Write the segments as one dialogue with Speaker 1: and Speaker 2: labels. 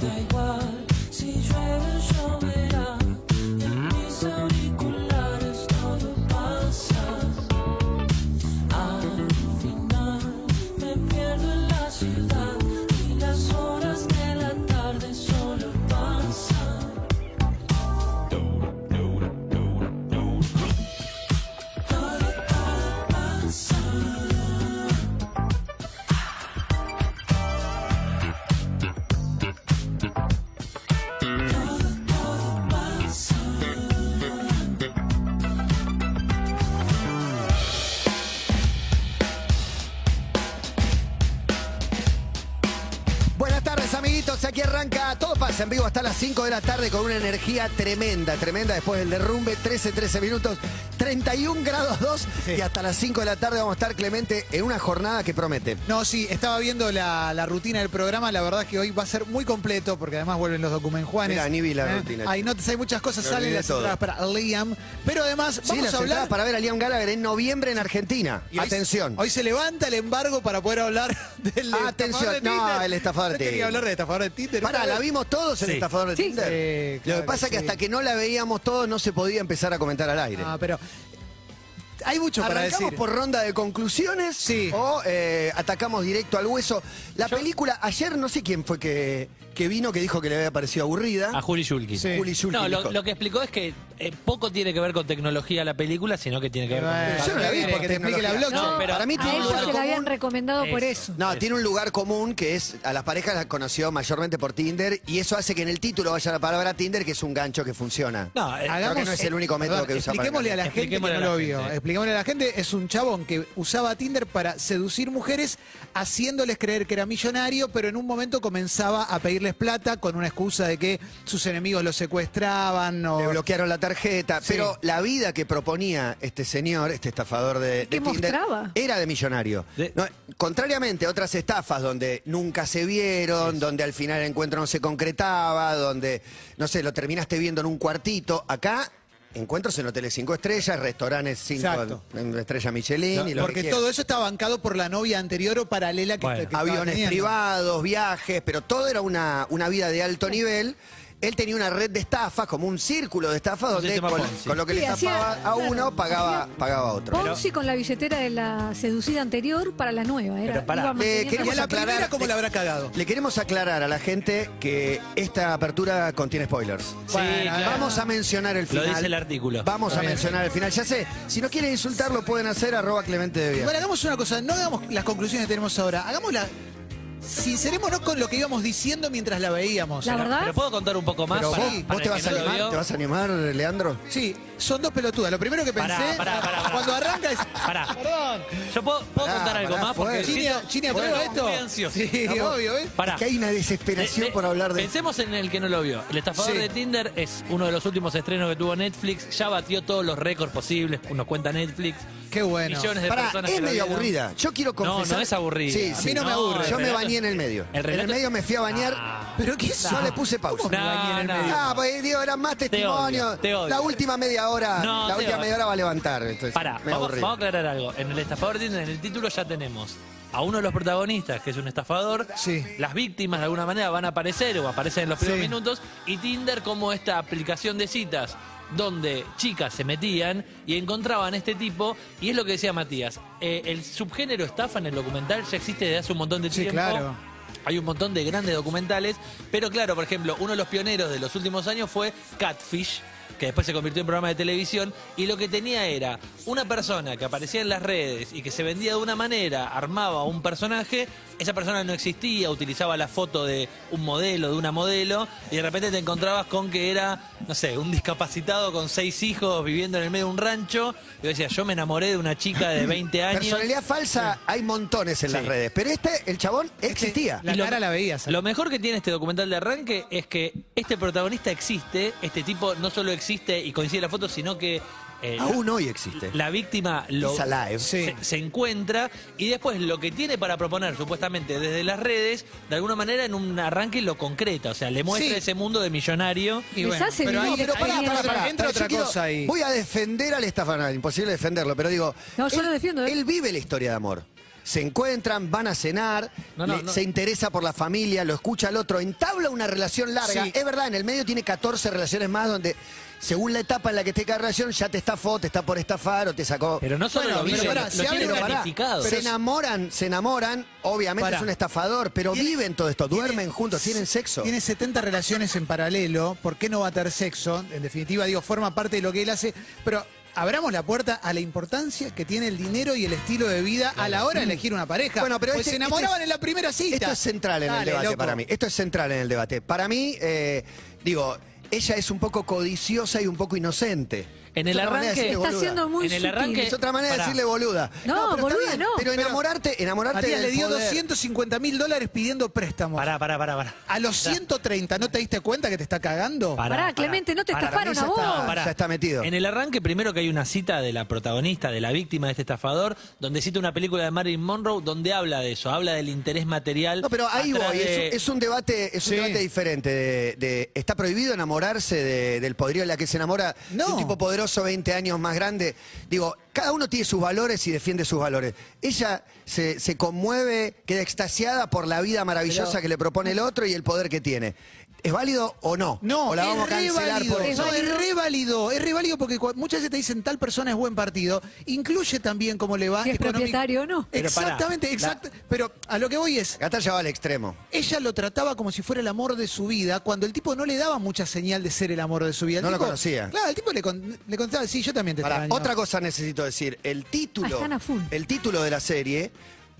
Speaker 1: Da igual si llueve, lloverá. En mis auriculares todo pasa. Al final me pierdo en la ciudad y las horas de la tarde solo pasan. Todo, todo pasa.
Speaker 2: Buenas tardes, amiguitos. Aquí arranca Todo Pasa en vivo hasta las 5 de la tarde con una energía tremenda, tremenda después del derrumbe. 13, 13 minutos, 31 grados 2. Y hasta las 5 de la tarde vamos a estar, Clemente, en una jornada que promete.
Speaker 3: No, sí, estaba viendo la, la rutina del programa. La verdad es que hoy va a ser muy completo porque además vuelven los documentuanes.
Speaker 2: Mirá, ni vi la rutina,
Speaker 3: Hay notas, hay muchas cosas.
Speaker 2: Me
Speaker 3: salen
Speaker 2: olvidé
Speaker 3: las
Speaker 2: todo.
Speaker 3: entradas para Liam. Pero además,
Speaker 2: Sí,
Speaker 3: vamos
Speaker 2: las
Speaker 3: a
Speaker 2: entradas
Speaker 3: hablar.
Speaker 2: para ver a Liam Gallagher en noviembre en Argentina.
Speaker 3: y hoy-
Speaker 2: Atención.
Speaker 3: Hoy se levanta el embargo para poder hablar del.
Speaker 2: Atención,
Speaker 3: estafador de
Speaker 2: no,
Speaker 3: Tinder.
Speaker 2: el estafador de
Speaker 3: Yo quería
Speaker 2: Tinder.
Speaker 3: hablar del estafador de Tinder.
Speaker 2: Pará, la vimos todos en
Speaker 3: Sí.
Speaker 2: el estafador de
Speaker 3: Sí.
Speaker 2: Tinder.
Speaker 3: Sí, claro
Speaker 2: Lo que pasa es
Speaker 3: que
Speaker 2: que
Speaker 3: sí.
Speaker 2: hasta que no la veíamos todos no se podía empezar a comentar al aire.
Speaker 3: Ah, pero. Hay mucho para
Speaker 2: ¿Arrancamos
Speaker 3: decir.
Speaker 2: por ronda de conclusiones?
Speaker 3: Sí.
Speaker 2: ¿O eh, atacamos directo al hueso? La película, ayer no sé quién fue que, que vino que dijo que le había parecido aburrida.
Speaker 4: A Juli Yulki.
Speaker 3: Sí.
Speaker 2: Juli Schulkin
Speaker 4: No,
Speaker 2: dijo.
Speaker 4: lo, lo que explicó es que eh, poco tiene que ver con tecnología la película, sino que tiene que ver
Speaker 3: Bueno.
Speaker 4: con...
Speaker 2: Yo no la vi
Speaker 3: Que
Speaker 2: por
Speaker 3: te explique la
Speaker 2: tecnología.
Speaker 3: blockchain.
Speaker 4: No, pero
Speaker 2: Para mí
Speaker 5: A
Speaker 2: tiene un
Speaker 5: ella
Speaker 2: lugar
Speaker 5: se la habían
Speaker 2: común.
Speaker 5: recomendado por
Speaker 4: Eso.
Speaker 5: eso.
Speaker 2: No, tiene un lugar común que es a las parejas las conoció mayormente por Tinder y eso hace que en el título vaya la palabra Tinder, que es un gancho que funciona.
Speaker 4: No, eh,
Speaker 2: Hagamos- que no es el único
Speaker 3: eh,
Speaker 2: método que usa para
Speaker 3: Expliquémosle a la
Speaker 4: engañar.
Speaker 3: gente que no
Speaker 4: Expliquémosle a
Speaker 3: lo
Speaker 4: la
Speaker 3: vio.
Speaker 4: gente.
Speaker 3: Expliquémosle a la gente, es un chabón que usaba Tinder para seducir mujeres, haciéndoles creer que era millonario, pero en un momento comenzaba a pedirles plata con una excusa de que sus enemigos lo secuestraban o...
Speaker 2: Le bloquearon la tarjeta,
Speaker 3: Sí.
Speaker 2: pero la vida que proponía este señor, este estafador de,
Speaker 5: ¿Qué
Speaker 2: de Tinder,
Speaker 5: mostraba?
Speaker 2: era de millonario.
Speaker 4: De-
Speaker 2: No, contrariamente a otras estafas donde nunca se vieron, donde al final el encuentro no se concretaba, donde, no sé, lo terminaste viendo en un cuartito, acá... Encuentros en hoteles cinco estrellas, restaurantes cinco
Speaker 3: Exacto.
Speaker 2: en estrella Michelin y lo
Speaker 3: Porque
Speaker 2: que quieras.
Speaker 3: todo eso está bancado por la novia anterior o paralela que,
Speaker 4: Bueno.
Speaker 3: que estaba
Speaker 2: aviones
Speaker 3: teniendo.
Speaker 2: privados, viajes, pero todo era una, una vida de alto nivel. Él tenía una red de estafas, como un círculo de estafas, donde
Speaker 4: sistema
Speaker 2: con,
Speaker 4: Ponzi.
Speaker 2: con lo que
Speaker 5: Sí,
Speaker 2: le
Speaker 5: hacía-
Speaker 2: tapaba a
Speaker 5: claro,
Speaker 2: uno, pagaba, pagaba a otro.
Speaker 5: Ponzi con la billetera de la seducida anterior para la nueva. Era,
Speaker 4: Pero pará.
Speaker 5: iba
Speaker 4: Eh,
Speaker 5: manteniendo-
Speaker 3: Y a
Speaker 2: queríamos
Speaker 3: la
Speaker 2: aclarar-
Speaker 3: primera, ¿cómo la habrá cagado?
Speaker 2: Le queremos aclarar a la gente que esta apertura contiene spoilers.
Speaker 3: Bueno,
Speaker 4: claro.
Speaker 2: Vamos a mencionar el
Speaker 4: Lo
Speaker 2: final.
Speaker 4: dice el artículo.
Speaker 2: Vamos a mencionar el final. Ya sé, si no quieren insultarlo, pueden hacer arroba Clemente de Vía.
Speaker 3: Bueno, hagamos una cosa, no hagamos las conclusiones que tenemos ahora, hagámosla... Sincerémonos con lo que íbamos diciendo mientras la veíamos.
Speaker 5: La verdad,
Speaker 4: Pero puedo contar un poco más.
Speaker 2: Pero
Speaker 4: para-
Speaker 2: vos,
Speaker 4: para
Speaker 2: vos te
Speaker 4: el
Speaker 2: vas
Speaker 4: que
Speaker 2: a
Speaker 4: no lo
Speaker 2: animar,
Speaker 4: vio?
Speaker 2: ¿te vas a animar, Leandro?
Speaker 3: Sí, son dos pelotudas. Lo primero que pensé
Speaker 4: Pará, pará, pará, pará.
Speaker 3: cuando arranca es.
Speaker 4: Pará.
Speaker 3: Perdón.
Speaker 4: Yo puedo, puedo
Speaker 2: Pará,
Speaker 4: contar algo
Speaker 2: pará,
Speaker 4: más porque...
Speaker 2: fuerte.
Speaker 3: Chini,
Speaker 4: siento-
Speaker 3: Chini,
Speaker 4: Bueno,
Speaker 3: ¿aprueba
Speaker 4: muy
Speaker 3: esto?
Speaker 4: ansioso.
Speaker 3: Sí, obvio, ¿eh?
Speaker 4: Pará.
Speaker 2: Es que hay una desesperación
Speaker 4: De- de-
Speaker 2: por hablar de...
Speaker 4: Pensemos en el que no lo vio. El estafador
Speaker 3: Sí.
Speaker 4: de Tinder es uno de los últimos estrenos que tuvo Netflix. Ya batió todos los récords posibles. Nos cuenta Netflix.
Speaker 3: Qué bueno.
Speaker 4: Millones de
Speaker 2: Pará,
Speaker 4: personas.
Speaker 2: es
Speaker 4: que lo
Speaker 2: medio
Speaker 4: vieron.
Speaker 2: aburrida. Yo quiero
Speaker 4: No,
Speaker 2: confesar...
Speaker 4: no es aburrida.
Speaker 2: Sí,
Speaker 4: A
Speaker 2: sí.
Speaker 3: mí no me aburre.
Speaker 2: Yo
Speaker 4: el
Speaker 2: me
Speaker 4: relato-
Speaker 2: bañé en el medio.
Speaker 4: el
Speaker 2: en el
Speaker 4: relato- Ah.
Speaker 2: medio me fui a bañar...
Speaker 3: Pero qué
Speaker 2: Yo le puse pausa.
Speaker 4: No,
Speaker 3: bañé en el
Speaker 4: no.
Speaker 3: medio?
Speaker 2: Ah, pues digo, eran más testimonios.
Speaker 4: odio, te odio.
Speaker 2: La última media hora,
Speaker 4: No,
Speaker 2: la
Speaker 4: te
Speaker 2: última
Speaker 4: odio.
Speaker 2: media hora va a levantar. Entonces,
Speaker 4: Pará,
Speaker 2: me
Speaker 4: vamos,
Speaker 2: aburrí.
Speaker 4: vamos a aclarar algo. En el estafador Tinder, en el título ya tenemos a uno de los protagonistas, que es un estafador.
Speaker 3: Sí.
Speaker 4: Las víctimas de alguna manera van a aparecer o aparecen en los primeros
Speaker 3: Sí.
Speaker 4: minutos. Y Tinder como esta aplicación de citas donde chicas se metían y encontraban este tipo. Y es lo que decía Matías. eh, el subgénero estafa en el documental ya existe desde hace un montón de
Speaker 3: Sí,
Speaker 4: tiempo.
Speaker 3: claro.
Speaker 4: Hay un montón de grandes documentales, pero claro, por ejemplo, uno de los pioneros de los últimos años fue Catfish, que después se convirtió en programa de televisión, y lo que tenía era una persona que aparecía en las redes y que se vendía de una manera, armaba un personaje, esa persona no existía, utilizaba la foto de un modelo, de una modelo, y de repente te encontrabas con que era, no sé, un discapacitado con seis hijos viviendo en el medio de un rancho, y vos decías, yo me enamoré de una chica de 20 años.
Speaker 2: Personalidad falsa hay montones en las redes, pero este, el chabón, existía.
Speaker 3: La
Speaker 4: Y lo-
Speaker 3: cara la veías.
Speaker 4: Lo mejor que tiene este documental de arranque es que este protagonista existe, este tipo no solo existe y coincide la foto, sino que eh,
Speaker 2: Aún hoy existe.
Speaker 4: la víctima lo,
Speaker 2: It's alive.
Speaker 4: se, se encuentra y después lo que tiene para proponer supuestamente desde las redes, de alguna manera en un arranque lo concreta, o sea, le muestra
Speaker 3: Sí.
Speaker 4: ese mundo de millonario.
Speaker 3: Y
Speaker 5: Les
Speaker 3: bueno,
Speaker 5: hace
Speaker 3: pero
Speaker 5: vivir
Speaker 3: ahí-
Speaker 5: pero
Speaker 3: ahí
Speaker 5: pará,
Speaker 3: entra
Speaker 5: pará,
Speaker 3: otra-
Speaker 5: pará,
Speaker 3: entra
Speaker 2: pero yo
Speaker 3: otra
Speaker 2: quiero-
Speaker 3: cosa ahí.
Speaker 2: Voy a defender al estafanal, imposible defenderlo, pero digo.
Speaker 5: No, yo
Speaker 2: él-
Speaker 5: lo defiendo, ¿eh?
Speaker 2: Él vive la historia de amor. Se encuentran, van a cenar,
Speaker 4: No, no,
Speaker 2: le-
Speaker 4: no.
Speaker 2: se interesa por la familia, lo escucha al otro, entabla una relación larga.
Speaker 3: Sí.
Speaker 2: Es verdad, en el medio tiene 14 relaciones más donde, según la etapa en la que esté cada relación, ya te estafó, te está por estafar o te sacó.
Speaker 4: Pero no solo
Speaker 3: Bueno,
Speaker 4: lo
Speaker 3: pero
Speaker 4: vive,
Speaker 3: pará,
Speaker 4: lo
Speaker 3: si
Speaker 4: tiene
Speaker 3: hablo-
Speaker 2: pero pará,
Speaker 4: planificado.
Speaker 2: se enamoran, se enamoran, obviamente
Speaker 3: Pará.
Speaker 2: es un estafador, pero
Speaker 3: Tiene-
Speaker 2: viven todo esto,
Speaker 3: tiene-
Speaker 2: duermen juntos, tienen sexo.
Speaker 3: Tiene 70 relaciones en paralelo. ¿Por qué no va a tener sexo? En definitiva, digo, forma parte de lo que él hace. Pero abramos la puerta a la importancia que tiene el dinero y el estilo de vida a la hora de elegir una pareja.
Speaker 2: Bueno, pero
Speaker 3: pues
Speaker 2: este-
Speaker 3: se enamoraban
Speaker 2: este es-
Speaker 3: en la primera cita.
Speaker 2: Esto es central en el
Speaker 3: Dale,
Speaker 2: debate
Speaker 3: loco.
Speaker 2: para mí. Esto es central en el debate. Para mí, eh, digo, ella es un poco codiciosa y un poco inocente.
Speaker 4: En el
Speaker 2: Es otra manera de
Speaker 4: arranque-
Speaker 2: decirle
Speaker 4: Está
Speaker 2: boluda.
Speaker 5: Está siendo muy
Speaker 4: En el
Speaker 5: sutil.
Speaker 4: arranque-
Speaker 2: Es otra manera
Speaker 4: Pará.
Speaker 2: de decirle boluda.
Speaker 5: No,
Speaker 2: pero está
Speaker 5: boluda,
Speaker 2: bien.
Speaker 5: no.
Speaker 2: Pero enamorarte, enamorarte
Speaker 3: Matías
Speaker 2: del
Speaker 3: le dio
Speaker 2: poder.
Speaker 3: 250 mil dólares pidiendo préstamos.
Speaker 4: Pará, pará, pará, pará.
Speaker 3: A los 130, ¿no te diste cuenta que te está cagando?
Speaker 4: Pará,
Speaker 5: Pará, Clemente, no te estafaron
Speaker 2: Para mí
Speaker 5: a
Speaker 2: ya
Speaker 5: vos.
Speaker 2: está- ya está metido.
Speaker 4: En el arranque, primero que hay una cita de la protagonista, de la víctima de este estafador, donde cita una película de Marilyn Monroe donde habla de eso, habla del interés material.
Speaker 2: No, pero ahí
Speaker 4: atrás
Speaker 2: voy.
Speaker 4: de-
Speaker 2: Es, un- es un debate, es un
Speaker 3: Sí.
Speaker 2: debate diferente. De, de- está prohibido enamorarse de- del poderío en la que se enamora de
Speaker 3: No.
Speaker 2: un tipo poderoso 20 años más grande. Digo, cada uno tiene sus valores y defiende sus valores. Ella se, se conmueve, queda extasiada por la vida maravillosa que le propone el otro y el poder que tiene. ¿Es válido o no?
Speaker 3: No,
Speaker 2: o la
Speaker 3: es
Speaker 2: vamos a
Speaker 3: re
Speaker 2: cancelar
Speaker 3: válido,
Speaker 2: por
Speaker 3: es
Speaker 2: eso.
Speaker 3: no,
Speaker 5: válido.
Speaker 3: es re válido, es re válido porque cua- muchas veces te dicen tal persona es buen partido, incluye también cómo le va
Speaker 5: Si es
Speaker 3: económico-
Speaker 5: propietario o no.
Speaker 4: Pero pará,
Speaker 3: Exactamente,
Speaker 4: la-
Speaker 3: exacto, pero a lo que voy es
Speaker 2: Gatal ya va al extremo.
Speaker 3: ella lo trataba como si fuera el amor de su vida, cuando el tipo no le daba mucha señal de ser el amor de su vida. El
Speaker 2: No lo
Speaker 3: tipo-
Speaker 2: conocía.
Speaker 3: Claro, el tipo le, con- le contaba, sí, yo también te
Speaker 2: Pará,
Speaker 3: extraño.
Speaker 2: otra cosa necesito decir. El
Speaker 5: Ah,
Speaker 2: título,
Speaker 5: están a full.
Speaker 2: el título de la serie,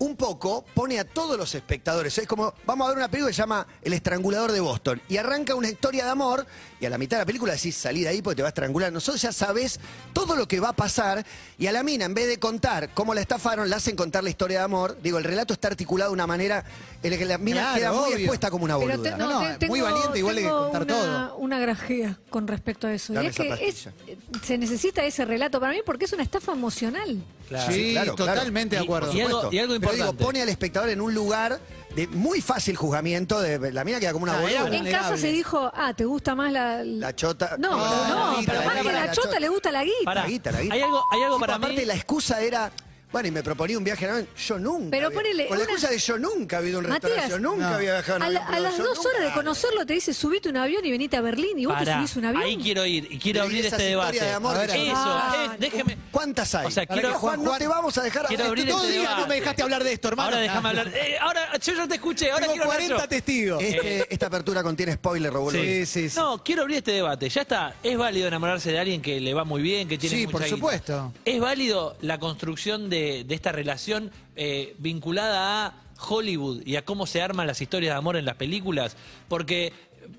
Speaker 2: un poco pone a todos los espectadores. Es como, vamos a ver una película que se llama El estrangulador de Boston. Y arranca una historia de amor y a la mitad de la película decís, salí de ahí porque te va a estrangular. Nosotros ya sabés todo lo que va a pasar. Y a la mina, en vez de contar cómo la estafaron, la hacen contar la historia de amor. Digo, el relato está articulado de una manera en la que la mina
Speaker 3: Claro,
Speaker 2: queda muy
Speaker 3: obvio.
Speaker 2: expuesta como una
Speaker 5: Pero
Speaker 2: boluda.
Speaker 5: te- no,
Speaker 3: No, no,
Speaker 5: te-
Speaker 3: muy
Speaker 5: tengo-
Speaker 3: valiente, igual hay que
Speaker 5: tengo
Speaker 3: contar
Speaker 5: una,
Speaker 3: todo.
Speaker 5: Una grajea con respecto a eso. Y
Speaker 2: Dame
Speaker 5: es
Speaker 2: esa
Speaker 5: que es-
Speaker 2: pastilla.
Speaker 5: se necesita ese relato para mí porque es una estafa emocional.
Speaker 4: Claro.
Speaker 3: Sí,
Speaker 2: Sí, claro, claro.
Speaker 3: totalmente
Speaker 4: Y-
Speaker 3: de acuerdo.
Speaker 4: y algo-
Speaker 2: supuesto. Pero
Speaker 4: importante.
Speaker 2: digo, pone al espectador en un lugar de muy fácil juzgamiento. De, la mina queda como una
Speaker 3: Ah, era
Speaker 2: boluda.
Speaker 5: En
Speaker 3: Vulnerable.
Speaker 5: casa se dijo, ah, ¿te gusta más la,
Speaker 2: La chota.
Speaker 5: No,
Speaker 2: No,
Speaker 5: no,
Speaker 3: la guita,
Speaker 5: pero
Speaker 3: la
Speaker 5: más que
Speaker 3: guita,
Speaker 5: la,
Speaker 2: la
Speaker 5: chota,
Speaker 2: chota.
Speaker 5: le guita la guita.
Speaker 4: Pará.
Speaker 2: La guita, la guita.
Speaker 4: Hay algo, hay algo
Speaker 2: Sí,
Speaker 4: para
Speaker 2: aparte,
Speaker 4: mí.
Speaker 2: la excusa era. Bueno, y me proponía un viaje a Yo nunca.
Speaker 5: Pero
Speaker 2: había-
Speaker 5: ponele
Speaker 2: Con la
Speaker 5: una-
Speaker 2: excusa de yo nunca había ido a un
Speaker 5: Matías,
Speaker 2: restaurante. Yo nunca
Speaker 3: no.
Speaker 2: había viajado en
Speaker 5: A, la-
Speaker 2: avión
Speaker 5: a
Speaker 2: privado,
Speaker 5: las
Speaker 2: yo
Speaker 5: dos
Speaker 2: nunca-
Speaker 5: horas de conocerlo te dice, subite un avión y venite a Berlín. Y vos te
Speaker 4: Pará,
Speaker 5: subís un avión.
Speaker 4: Ahí quiero ir y quiero
Speaker 2: Pero
Speaker 4: abrir
Speaker 2: y esa
Speaker 4: este
Speaker 2: historia
Speaker 4: debate.
Speaker 2: de amor
Speaker 3: A ver,
Speaker 4: Eso,
Speaker 3: que-
Speaker 5: Ah,
Speaker 4: es- déjeme.
Speaker 2: ¿Cuántas hay?
Speaker 4: O sea,
Speaker 2: Para
Speaker 4: quiero-
Speaker 2: que, Juan, no
Speaker 3: Juan,
Speaker 2: te vamos a dejar.
Speaker 4: quiero
Speaker 2: esto
Speaker 4: abrir
Speaker 2: todo
Speaker 3: Todo
Speaker 4: este
Speaker 3: día
Speaker 4: debate.
Speaker 3: no me dejaste hablar de esto, hermano.
Speaker 4: Ahora déjame hablar. Eh, ahora yo ya te escuché, ahora
Speaker 3: Tengo
Speaker 4: quiero hablar yo.
Speaker 3: 40 testigos.
Speaker 2: Este- esta apertura contiene spoiler, Robolo.
Speaker 3: Sí, sí, sí.
Speaker 4: No, quiero abrir este debate. Ya está. Es válido enamorarse de alguien que le va muy bien, que tiene
Speaker 3: Sí,
Speaker 4: mucha
Speaker 3: por
Speaker 4: guita.
Speaker 3: supuesto.
Speaker 4: Es válido la construcción de, de esta relación eh, vinculada a Hollywood y a cómo se arman las historias de amor en las películas, porque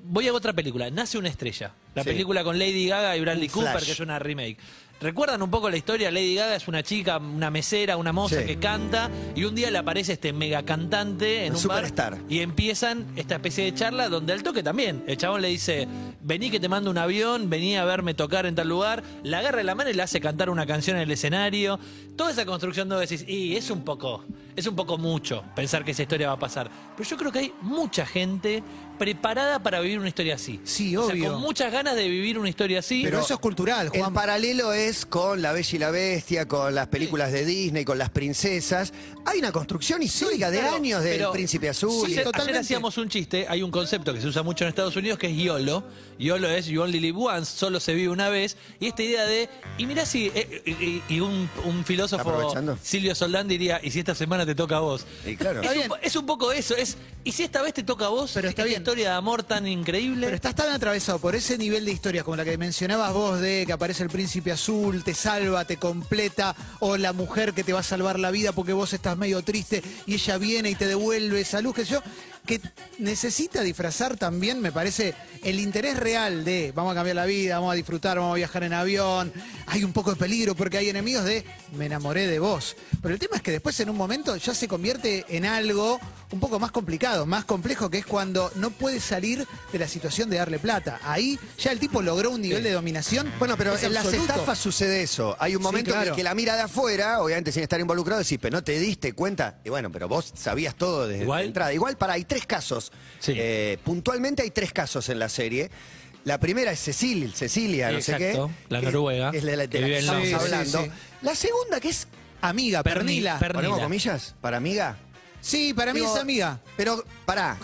Speaker 4: voy a otra película. Nace una estrella. La
Speaker 2: Sí.
Speaker 4: película con Lady Gaga y Bradley
Speaker 2: Un
Speaker 4: Cooper,
Speaker 2: flash.
Speaker 4: que es una remake. ¿Recuerdan un poco la historia? Lady Gaga es una chica, una mesera, una moza
Speaker 2: Sí.
Speaker 4: que canta y un día le aparece este mega cantante en
Speaker 2: Un
Speaker 4: un bar
Speaker 2: superstar.
Speaker 4: y empiezan esta especie de charla donde al toque también. El chabón le dice, vení que te mando un avión, vení a verme tocar en tal lugar. La agarra de la mano y le hace cantar una canción en el escenario. Toda esa construcción donde decís, y es un poco, es un poco mucho pensar que esa historia va a pasar. Pero yo creo que hay mucha gente preparada para vivir una historia así.
Speaker 3: Sí,
Speaker 4: O sea,
Speaker 3: obvio.
Speaker 4: con muchas ganas de vivir una historia así.
Speaker 3: Pero eso es cultural,
Speaker 4: Eh,
Speaker 2: El
Speaker 3: Juan.
Speaker 2: paralelo es con La Bella y la Bestia, con las películas de Disney, con las princesas. Hay una construcción histórica de
Speaker 4: Claro,
Speaker 2: años del
Speaker 4: pero-
Speaker 2: Príncipe Azul.
Speaker 4: Sí,
Speaker 2: y-
Speaker 4: ayer-
Speaker 3: totalmente.
Speaker 4: Ayer hacíamos un chiste, hay un concepto que se usa mucho en Estados Unidos que es YOLO. YOLO es You Only Live Once, solo se vive una vez. Y esta idea de, y mirá si, eh, y, y- y un, un
Speaker 2: ¿Está
Speaker 4: filósofo,
Speaker 2: aprovechando?
Speaker 4: Silvio Soldán, diría, y si esta semana te toca a vos.
Speaker 2: Y claro.
Speaker 4: Es un, po- es un poco eso, es, y si esta vez te toca a vos,
Speaker 3: Pero está
Speaker 4: es
Speaker 3: bien.
Speaker 4: historia de amor tan increíble.
Speaker 3: Pero estás tan atravesado por ese nivel de historias como la que mencionabas vos de que aparece el príncipe azul, te salva, te completa, o la mujer que te va a salvar la vida porque vos estás medio triste y ella viene y te devuelve esa luz que yo, que necesita disfrazar también, me parece, el interés real de vamos a cambiar la vida, vamos a disfrutar, vamos a viajar en avión, hay un poco de peligro porque hay enemigos de me enamoré de vos. Pero el tema es que después en un momento ya se convierte en algo un poco más complicado, más complejo, que es cuando no puede salir de la situación de darle plata. Ahí ya el tipo logró un nivel de dominación.
Speaker 2: Bueno, pero
Speaker 3: es
Speaker 2: en las
Speaker 3: absoluto.
Speaker 2: estafas sucede eso. Hay un
Speaker 3: Sí,
Speaker 2: momento en
Speaker 3: claro.
Speaker 2: el que la mira de afuera, obviamente sin estar involucrado, decís, pero no te diste cuenta. Y bueno, pero vos sabías todo desde
Speaker 4: Igual.
Speaker 2: la entrada. Igual para, hay tres casos.
Speaker 4: Sí.
Speaker 2: Eh, puntualmente hay tres casos en la serie. La primera es Cecil, Cecilia, no sé qué.
Speaker 4: Exacto, la
Speaker 2: que
Speaker 4: noruega,
Speaker 2: Es la, la- de la
Speaker 4: que
Speaker 2: que
Speaker 4: vive en
Speaker 2: estamos
Speaker 3: Londres.
Speaker 2: hablando.
Speaker 3: Sí, sí,
Speaker 2: La segunda, que es,
Speaker 3: Amiga,
Speaker 4: Perni-
Speaker 3: pernila.
Speaker 4: per- Pernila.
Speaker 2: ponemos comillas, para amiga.
Speaker 3: sí, para mí
Speaker 2: Digo,
Speaker 3: es amiga.
Speaker 2: Pero, pará.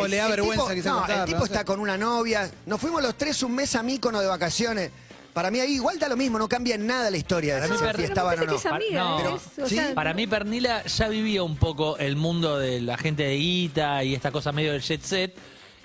Speaker 3: O le da
Speaker 2: El
Speaker 3: vergüenza
Speaker 2: tipo-
Speaker 3: quizá
Speaker 2: No,
Speaker 3: contarlo,
Speaker 2: el tipo
Speaker 3: no sé.
Speaker 2: está con una novia. Nos fuimos los tres un mes a Mícono de vacaciones. Para mí ahí igual da lo mismo, no cambia en nada la historia de
Speaker 4: Para
Speaker 2: si
Speaker 4: mí
Speaker 2: se
Speaker 4: perdí-
Speaker 5: Pero me
Speaker 2: fiestaban
Speaker 5: parece
Speaker 2: o
Speaker 5: que
Speaker 2: no.
Speaker 5: es amiga,
Speaker 4: No,
Speaker 5: ¿eh? Es- o
Speaker 2: ¿sí?
Speaker 5: sea,
Speaker 4: Para mí, Pernila ya vivía un poco el mundo de la gente de Guita y esta cosa medio del jet set.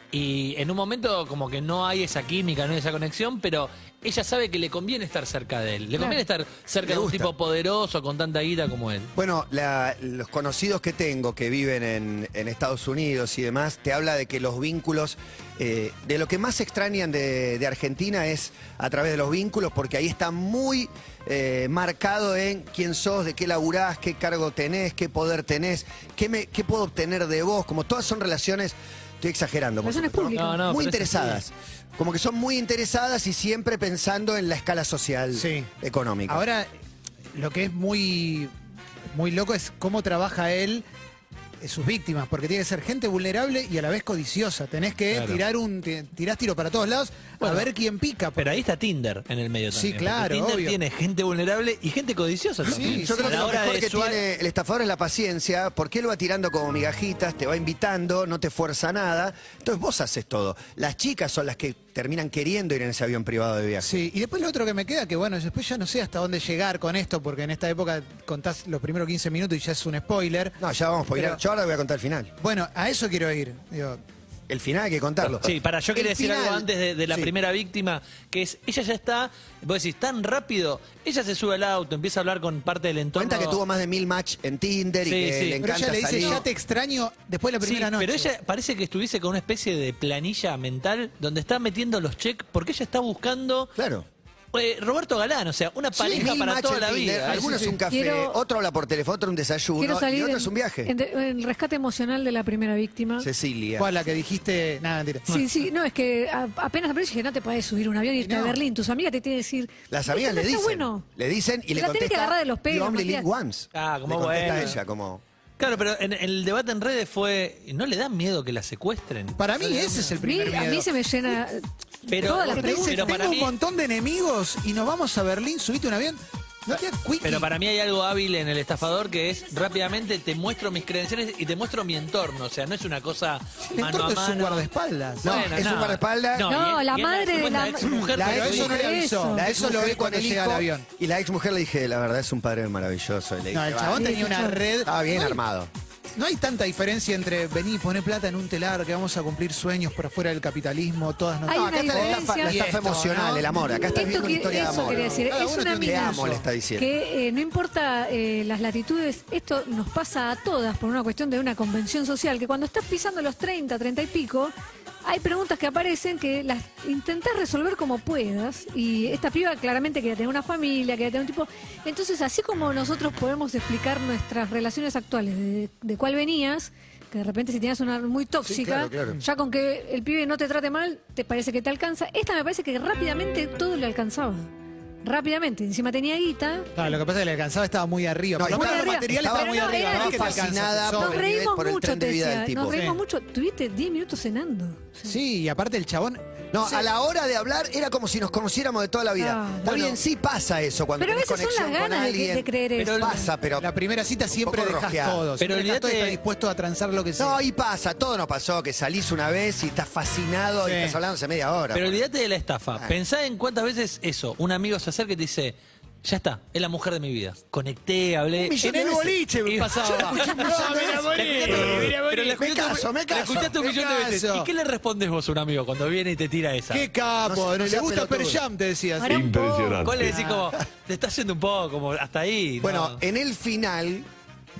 Speaker 4: Y en un momento, como que no hay esa química, no hay esa conexión, pero ella sabe que le conviene estar cerca de él. Le conviene estar cerca
Speaker 2: Le
Speaker 4: de un
Speaker 2: gusta.
Speaker 4: tipo poderoso con tanta guita como él.
Speaker 2: Bueno, la- los conocidos que tengo que viven en, en Estados Unidos y demás, te habla de que los vínculos, eh, de lo que más extrañan de, de Argentina es a través de los vínculos, porque ahí está muy eh, marcado en quién sos, de qué laburás, qué cargo tenés, qué poder tenés, qué, me- qué puedo obtener de vos, como todas son relaciones, estoy exagerando. por
Speaker 5: Relaciones
Speaker 2: supuesto, ¿no?
Speaker 5: públicas.
Speaker 4: No, no,
Speaker 2: muy
Speaker 4: pero es así.
Speaker 2: interesadas. Como que son muy interesadas y siempre pensando en la escala social,
Speaker 3: Sí.
Speaker 2: económica.
Speaker 3: Ahora, lo que es muy, muy loco es cómo trabaja él eh, sus víctimas, porque tiene que ser gente vulnerable y a la vez codiciosa. Tenés que
Speaker 4: Claro.
Speaker 3: tirar un, ti- tirás tiro para todos lados
Speaker 4: Bueno,
Speaker 3: a ver quién pica.
Speaker 4: Pero ahí está Tinder en el medio
Speaker 3: Sí,
Speaker 4: también.
Speaker 3: claro,
Speaker 4: porque Tinder
Speaker 3: obvio.
Speaker 4: tiene gente vulnerable y gente codiciosa también.
Speaker 2: Yo creo
Speaker 4: A
Speaker 2: que
Speaker 4: la
Speaker 2: lo
Speaker 4: hora
Speaker 2: mejor
Speaker 4: de
Speaker 2: que
Speaker 4: suar-
Speaker 2: tiene el estafador es la paciencia, porque él va tirando como migajitas, te va invitando, no te fuerza nada. Entonces vos haces todo. Las chicas son las que terminan queriendo ir en ese avión privado de viaje.
Speaker 3: Sí, y después lo otro que me queda, que bueno, después ya no sé hasta dónde llegar con esto, porque en esta época contás los primeros 15 minutos y ya es un spoiler.
Speaker 2: No, ya vamos, porque
Speaker 3: Pero-
Speaker 2: yo ahora voy a contar el final.
Speaker 3: Bueno, a eso quiero ir. Digo,
Speaker 2: El final hay que contarlo.
Speaker 4: Sí, para yo quería
Speaker 2: El
Speaker 4: decir algo
Speaker 2: final-
Speaker 4: antes de, de la
Speaker 2: Sí.
Speaker 4: primera víctima, que es, ella ya está, vos decís, tan rápido, ella se sube al auto, empieza a hablar con parte del entorno.
Speaker 2: Cuenta que tuvo más de mil match en Tinder
Speaker 4: Sí,
Speaker 2: y que
Speaker 4: sí.
Speaker 2: le
Speaker 3: pero
Speaker 2: encanta
Speaker 3: ella le dice,
Speaker 2: salir.
Speaker 3: ya te extraño después de la
Speaker 4: Sí,
Speaker 3: primera noche.
Speaker 4: pero ella parece que estuviese con una especie de planilla mental donde está metiendo los cheques porque ella está buscando
Speaker 2: Claro.
Speaker 4: eh, Roberto Galán, o sea, una pareja
Speaker 2: mil
Speaker 4: para
Speaker 2: match
Speaker 4: toda
Speaker 2: en
Speaker 4: la
Speaker 2: Tinder,
Speaker 4: vida.
Speaker 2: Algunos
Speaker 4: Sí, sí.
Speaker 2: un café,
Speaker 5: Quiero-
Speaker 2: otro habla por teléfono, otro un desayuno
Speaker 5: quiero
Speaker 2: y
Speaker 5: salir
Speaker 2: otro
Speaker 5: en,
Speaker 2: es un viaje.
Speaker 5: en- en rescate emocional de la primera víctima.
Speaker 2: Cecilia.
Speaker 3: ¿Cuál, la que dijiste? Nada, mentira.
Speaker 5: Sí, sí, no, es que a- apenas aparece dije, no te podés subir a un avión y irte
Speaker 3: No.
Speaker 5: a Berlín. Tus amigas te tienen que decir.
Speaker 2: Las
Speaker 5: "Esto
Speaker 2: amigas
Speaker 5: no
Speaker 2: le
Speaker 5: está
Speaker 2: dicen.
Speaker 5: bueno".
Speaker 2: Le dicen y
Speaker 5: Te
Speaker 2: le
Speaker 5: la tenés
Speaker 2: contesta.
Speaker 5: que agarrar de los pelos,
Speaker 2: "You only
Speaker 5: Matías".
Speaker 2: live once".
Speaker 4: Ah, como
Speaker 2: le contesta
Speaker 4: bueno.
Speaker 2: ella, como.
Speaker 4: Claro, pero en, en el debate en redes fue, ¿no le da miedo que la secuestren?
Speaker 3: Para mí ese es el
Speaker 5: Mí-
Speaker 3: primer
Speaker 5: a
Speaker 3: miedo.
Speaker 5: mí se me llena
Speaker 4: Pero-
Speaker 5: todas las
Speaker 3: Porque dice,
Speaker 5: preguntas.
Speaker 4: pero para
Speaker 3: tengo un
Speaker 4: mí-
Speaker 3: montón de enemigos y nos vamos a Berlín, subiste un avión. No te das cuiki.
Speaker 4: Pero para mí hay algo hábil en el estafador que es rápidamente te muestro mis credenciales y te muestro mi entorno. O sea, no es una cosa
Speaker 3: El
Speaker 4: mano a
Speaker 3: entorno es un
Speaker 4: mano.
Speaker 3: guardaespaldas.
Speaker 2: No,
Speaker 4: Bueno,
Speaker 2: es un guardaespaldas.
Speaker 5: No, la madre de la-
Speaker 4: mujer
Speaker 3: La-
Speaker 2: Pero
Speaker 3: eso no le avisó.
Speaker 5: Eso.
Speaker 2: La ex
Speaker 3: Eso lo
Speaker 2: mujer
Speaker 3: ve cuando
Speaker 2: con el
Speaker 3: llega
Speaker 2: hijo,
Speaker 3: al avión.
Speaker 2: Y la ex mujer le dije, la verdad es un padre maravilloso. Y le
Speaker 3: No,
Speaker 2: dije,
Speaker 3: el
Speaker 2: "Va,
Speaker 3: chabón tenía una red.
Speaker 2: Estaba bien
Speaker 3: no hay-
Speaker 2: armado.
Speaker 3: No hay tanta diferencia entre venir y poner plata en un telar que vamos a cumplir sueños por afuera del capitalismo, todas nos
Speaker 5: Hay
Speaker 2: No,
Speaker 5: una
Speaker 2: acá está la estafa,
Speaker 5: diferencia.
Speaker 2: la
Speaker 3: Y
Speaker 2: estafa
Speaker 3: esto,
Speaker 2: emocional,
Speaker 3: ¿no?
Speaker 2: el amor. Acá estás
Speaker 5: Esto
Speaker 2: viendo una
Speaker 5: que-
Speaker 2: historia de
Speaker 5: eso
Speaker 2: amor.
Speaker 5: quería decir,
Speaker 3: Cada
Speaker 5: es
Speaker 3: uno
Speaker 5: una
Speaker 3: tiene un
Speaker 5: amenaza.
Speaker 2: amo, le está diciendo.
Speaker 5: Que eh, no importa eh, las latitudes, esto nos pasa a todas por una cuestión de una convención social, que cuando estás pisando los 30, 30 y pico, hay preguntas que aparecen que las intentás resolver como puedas. Y esta piba claramente quería tener una familia, quería tener un tipo. Entonces, así como nosotros podemos explicar nuestras relaciones actuales, de, de cuál venías, que de repente si tenías una muy
Speaker 2: claro,
Speaker 5: tóxica,
Speaker 2: claro.
Speaker 5: ya con que el pibe no te trate mal, te parece que te alcanza. Esta me parece que rápidamente todo le alcanzaba. Rápidamente. Encima tenía guita.
Speaker 3: Claro, lo que pasa es que le alcanzaba estaba muy arriba.
Speaker 2: No,
Speaker 3: Por lo
Speaker 2: estaba
Speaker 3: menos los
Speaker 5: arriba.
Speaker 3: materiales
Speaker 2: Estaba
Speaker 3: estaban muy
Speaker 5: muy
Speaker 3: arriba.
Speaker 5: arriba,
Speaker 3: no es que te
Speaker 2: fascinada
Speaker 3: alcanza,
Speaker 2: por
Speaker 5: Nos
Speaker 3: sobre.
Speaker 2: el nivel-
Speaker 5: reímos
Speaker 2: el
Speaker 5: mucho,
Speaker 2: tren de
Speaker 5: te
Speaker 2: vida
Speaker 5: decía.
Speaker 2: del tipo.
Speaker 5: Nos reímos
Speaker 3: Sí.
Speaker 5: mucho. Tuviste 10 minutos cenando. O sea,
Speaker 3: Sí, y aparte el chabón.
Speaker 2: No, a la hora de hablar era como si nos conociéramos de toda la vida.
Speaker 5: Ah,
Speaker 2: Está
Speaker 5: bueno.
Speaker 2: bien, sí pasa eso cuando
Speaker 5: Pero a
Speaker 2: tenés
Speaker 5: veces son
Speaker 2: conexión
Speaker 5: las
Speaker 2: con
Speaker 5: ganas de que-
Speaker 2: alguien.
Speaker 5: de creer
Speaker 2: pero
Speaker 5: eso.
Speaker 2: Pasa, Ah, pero
Speaker 3: la primera cita siempre
Speaker 2: poco
Speaker 3: dejas
Speaker 2: rosqueado.
Speaker 3: todo. Siempre dejas todo y
Speaker 4: olvídate-
Speaker 3: estás dispuesto a transar lo que sea.
Speaker 2: No, y pasa, todo nos pasó, que salís una vez y estás fascinado y
Speaker 3: Sí.
Speaker 2: estás hablando hace media hora.
Speaker 4: Pero olvídate de la estafa.
Speaker 2: Ah.
Speaker 4: Pensá en cuántas veces eso, un amigo se acerca y te dice, ya está, es la mujer de mi vida. Conecté, hablé.
Speaker 2: millón
Speaker 4: En
Speaker 2: de
Speaker 4: el
Speaker 2: veces.
Speaker 4: boliche. Y pasaba.
Speaker 2: Yo escuché un millón de veces.
Speaker 4: Pero la
Speaker 2: Me
Speaker 4: escuchaste-
Speaker 2: caso, me
Speaker 4: la
Speaker 2: caso,
Speaker 4: escuchaste un
Speaker 3: me
Speaker 4: millón de veces.
Speaker 3: caso.
Speaker 4: ¿Y qué le respondes vos a un amigo cuando viene y te tira esa?
Speaker 3: ¡Qué
Speaker 2: No
Speaker 3: capo!
Speaker 2: se- no
Speaker 3: le
Speaker 2: seas
Speaker 3: gusta
Speaker 2: pelotudo.
Speaker 3: Per Jam, te decías.
Speaker 5: Ahora un poco.
Speaker 4: ¿Cuál le decís como, te estás yendo un poco, como hasta ahí?
Speaker 2: Bueno,
Speaker 4: no?
Speaker 2: en el final.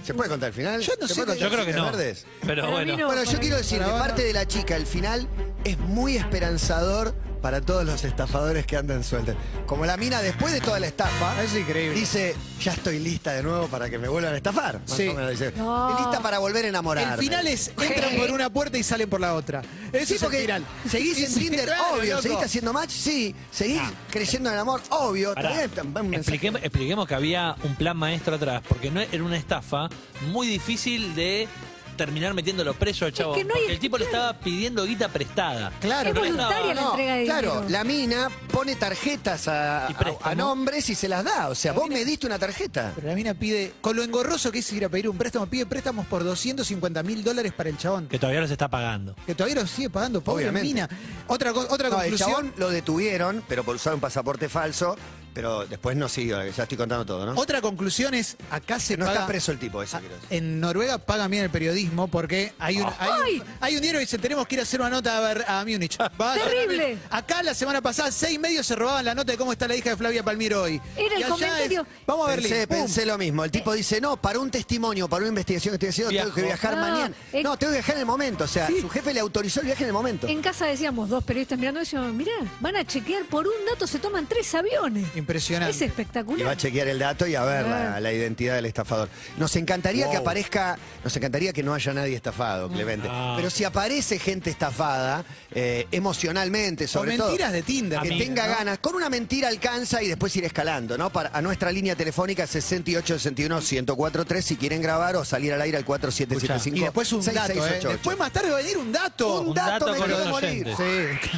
Speaker 2: ¿Se puede contar el final?
Speaker 3: Yo no
Speaker 2: ¿Se
Speaker 3: sé
Speaker 2: puede
Speaker 3: qué-
Speaker 4: yo
Speaker 2: contar
Speaker 4: creo que
Speaker 2: los
Speaker 4: no.
Speaker 2: verdes?
Speaker 4: Pero
Speaker 5: Para mí
Speaker 4: bueno.
Speaker 5: no.
Speaker 2: Bueno, yo
Speaker 5: para
Speaker 2: quiero
Speaker 5: mí.
Speaker 2: decir, de
Speaker 3: Para vos
Speaker 2: parte de la chica, el final es muy esperanzador para todos los estafadores que andan sueltos. Como la mina, después de toda la estafa,
Speaker 3: Es increíble.
Speaker 2: dice, ya estoy lista de nuevo para que me vuelvan a estafar. Más
Speaker 3: Sí.
Speaker 2: o menos dice,
Speaker 5: No.
Speaker 2: "Estoy lista para volver a enamorarme.
Speaker 3: El final es, entran
Speaker 5: Sí.
Speaker 3: por una puerta y salen por la otra. Eso
Speaker 2: Sí,
Speaker 3: es el
Speaker 2: porque
Speaker 3: final.
Speaker 2: seguís
Speaker 3: Y
Speaker 2: en
Speaker 3: sí,
Speaker 2: Tinder,
Speaker 3: claro,
Speaker 2: obvio.
Speaker 3: loco.
Speaker 2: Seguís haciendo match, sí. Seguís creyendo en el amor, obvio.
Speaker 4: Ah. Pará,
Speaker 2: También, también un mensaje.
Speaker 4: expliquemos, expliquemos que había un plan maestro atrás, porque no era una estafa muy difícil de terminar metiéndolo preso al chavo.
Speaker 5: que no hay-
Speaker 4: el tipo le estaba pidiendo guita prestada.
Speaker 3: Claro,
Speaker 5: Es
Speaker 4: no le estaba-
Speaker 5: voluntaria la
Speaker 2: No,
Speaker 5: entrega de
Speaker 2: claro,
Speaker 5: dinero.
Speaker 2: la mina pone tarjetas a,
Speaker 4: Y préstamo.
Speaker 2: a- a nombres y se las da. O sea, vos me diste una tarjeta.
Speaker 3: Pero la mina pide, con lo engorroso que es ir a pedir un préstamo, pide préstamos por 250 mil dólares para el chabón.
Speaker 4: que todavía no se está pagando.
Speaker 3: Que todavía lo sigue pagando, pobre
Speaker 2: Obviamente.
Speaker 3: mina. Otra, co- otra
Speaker 2: No, el
Speaker 3: conclusión.
Speaker 2: chabón lo detuvieron, pero por usar un pasaporte falso, pero después no siguió, ya estoy contando todo, ¿no?
Speaker 3: Otra conclusión es, acá se
Speaker 2: Que no
Speaker 3: paga-
Speaker 2: está preso el tipo ese,
Speaker 3: Ah,
Speaker 2: quiero decir.
Speaker 3: En Noruega pagan bien el periodismo porque hay un, hay,
Speaker 5: ¡Ay!
Speaker 3: un, hay un diario que dice tenemos que ir a hacer una nota a, ver, a Múnich. Va a-
Speaker 5: ¡Terrible!
Speaker 3: Acá la semana pasada seis medios se robaban la nota de cómo está la hija de Flavia Palmiro hoy.
Speaker 5: Era el
Speaker 3: Y allá
Speaker 5: comentario.
Speaker 3: es, vamos a verle.
Speaker 2: Pensé, pensé lo mismo. El tipo dice, no, para un testimonio, para una investigación que estoy haciendo, tengo que
Speaker 4: Viajo.
Speaker 2: viajar
Speaker 5: No,
Speaker 2: mañana.
Speaker 5: el-
Speaker 2: No, tengo que viajar en el momento. O sea, su jefe le autorizó el viaje en el momento.
Speaker 5: En casa decíamos, dos periodistas mirando, decíamos, mirá, van a chequear por un dato, se toman tres aviones.
Speaker 3: Impresionante.
Speaker 5: Es espectacular.
Speaker 2: Y va a chequear el dato y a ver la, la identidad del estafador. Nos encantaría que aparezca, nos encantaría que no haya nadie estafado, Clemente.
Speaker 4: Ah.
Speaker 2: Pero si aparece gente estafada, eh, emocionalmente
Speaker 3: Con
Speaker 2: sobre todo.
Speaker 3: mentiras de Tinder.
Speaker 2: Que
Speaker 3: mina,
Speaker 2: tenga
Speaker 3: ¿no?
Speaker 2: ganas, con una mentira alcanza y después ir escalando, ¿no? Para, a nuestra línea telefónica 6861-1043 si quieren grabar o salir al aire al 4775.
Speaker 3: Y después un dato, ¿eh? Después más tarde va a venir un dato.
Speaker 2: un,
Speaker 4: Un
Speaker 2: dato,
Speaker 4: dato
Speaker 2: me
Speaker 4: con
Speaker 2: quiero
Speaker 4: los
Speaker 2: morir.
Speaker 4: oyentes.
Speaker 3: Sí.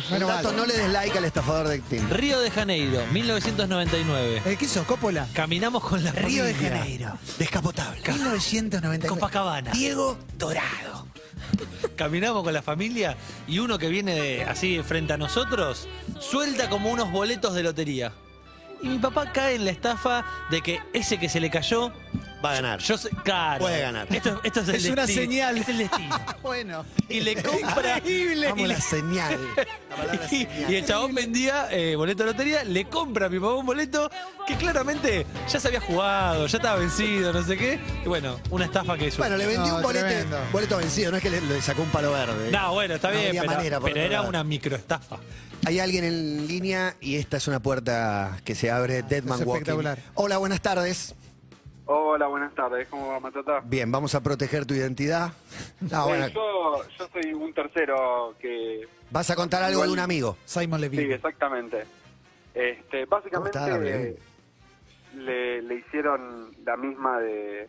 Speaker 2: Un
Speaker 3: menos
Speaker 2: dato,
Speaker 3: mal.
Speaker 2: no le des like al estafador de Tinder.
Speaker 4: Río de Janeiro, 1999.
Speaker 3: Eh, ¿Qué sos, Coppola?
Speaker 4: Caminamos con la
Speaker 3: Río de
Speaker 4: familia.
Speaker 3: Janeiro.
Speaker 2: Descapotable.
Speaker 3: 1999.
Speaker 4: Copacabana.
Speaker 3: Diego Dorado.
Speaker 4: Caminamos con la familia y uno que viene de- así frente a nosotros suelta como unos boletos de lotería. Y mi papá cae en la estafa de que ese que se le cayó,
Speaker 2: Va a ganar.
Speaker 4: yo sé, claro.
Speaker 2: Puede ganar.
Speaker 4: Esto, esto es el
Speaker 3: Es una
Speaker 4: destino,
Speaker 3: señal.
Speaker 4: Es el destino.
Speaker 3: Bueno.
Speaker 4: Y le compra.
Speaker 2: Vamos
Speaker 4: y,
Speaker 2: a
Speaker 4: le-
Speaker 2: la señal. La palabra
Speaker 4: y-
Speaker 2: señal.
Speaker 4: y el chabón vendía eh, boleto de lotería, le compra a mi papá un boleto que claramente ya se había jugado, ya estaba vencido, no sé qué. Y bueno, una estafa que es
Speaker 2: Bueno, le vendió
Speaker 3: No,
Speaker 2: un bolete,
Speaker 3: tremendo.
Speaker 2: boleto vencido, no es que le, le sacó un palo verde.
Speaker 4: No, bueno, está
Speaker 2: No
Speaker 4: bien,
Speaker 2: había
Speaker 4: pero,
Speaker 2: manera, por
Speaker 4: pero
Speaker 2: otro
Speaker 4: era
Speaker 2: lado.
Speaker 4: una microestafa.
Speaker 2: Hay alguien en línea y esta es una puerta que se abre, Deadman
Speaker 3: Ah, es
Speaker 2: Walking.
Speaker 3: espectacular.
Speaker 2: Hola, buenas tardes.
Speaker 6: Hola, buenas tardes. ¿Cómo va, Matata?
Speaker 2: Bien, vamos a proteger tu identidad. No,
Speaker 6: Eh,
Speaker 2: Ah, bueno,
Speaker 6: yo, yo soy un tercero que...
Speaker 2: vas a contar algo de un amigo.
Speaker 3: Simon
Speaker 6: Sí,
Speaker 3: Levine.
Speaker 6: exactamente. Este,
Speaker 2: ¿Cómo está,
Speaker 6: básicamente eh,
Speaker 2: Gabriel?
Speaker 6: le, le hicieron la misma de,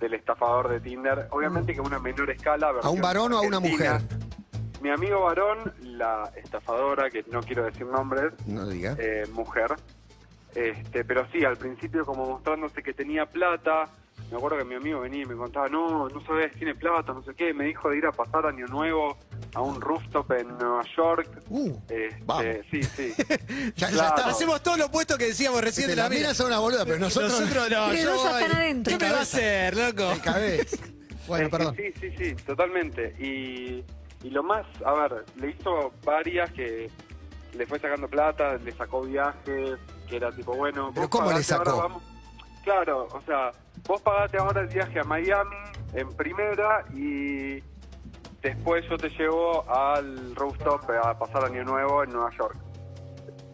Speaker 6: del estafador de Tinder. Obviamente que a una menor escala.
Speaker 2: ¿A un varón o a una
Speaker 6: argentina.
Speaker 2: mujer?
Speaker 6: Mi amigo varón, la estafadora, que no quiero decir nombres,
Speaker 2: No diga.
Speaker 6: eh, mujer. Este, pero sí, al principio como mostrándose que tenía plata, me acuerdo que mi amigo venía y me contaba, no, no sabes, tiene plata, no sé qué, me dijo de ir a pasar año nuevo a un rooftop en Nueva York.
Speaker 3: Uh,
Speaker 6: Este,
Speaker 2: vamos.
Speaker 6: sí, sí.
Speaker 2: Ya, ya
Speaker 6: Claro.
Speaker 2: está.
Speaker 3: Hacemos todo lo opuesto que decíamos recién
Speaker 2: Este,
Speaker 3: de la
Speaker 2: las
Speaker 3: mina.
Speaker 2: minas son una boluda, pero nosotros...
Speaker 3: no.
Speaker 5: Pero
Speaker 3: yo
Speaker 5: ellos
Speaker 3: voy.
Speaker 5: están adentro.
Speaker 3: ¿Qué me va a hacer, loco?
Speaker 2: Te cabés.
Speaker 3: Bueno,
Speaker 6: Sí,
Speaker 3: perdón.
Speaker 6: Sí, sí, sí, totalmente. Y, y lo más, a ver, le hizo varias que le fue sacando plata, le sacó viajes, que era tipo, bueno...
Speaker 2: ¿Pero
Speaker 6: vos
Speaker 2: cómo le
Speaker 6: pagate ahora,
Speaker 2: sacó?
Speaker 6: vamos- Claro, o sea, vos pagate ahora el viaje a Miami en primera y después yo te llevo al rooftop a pasar año nuevo en Nueva York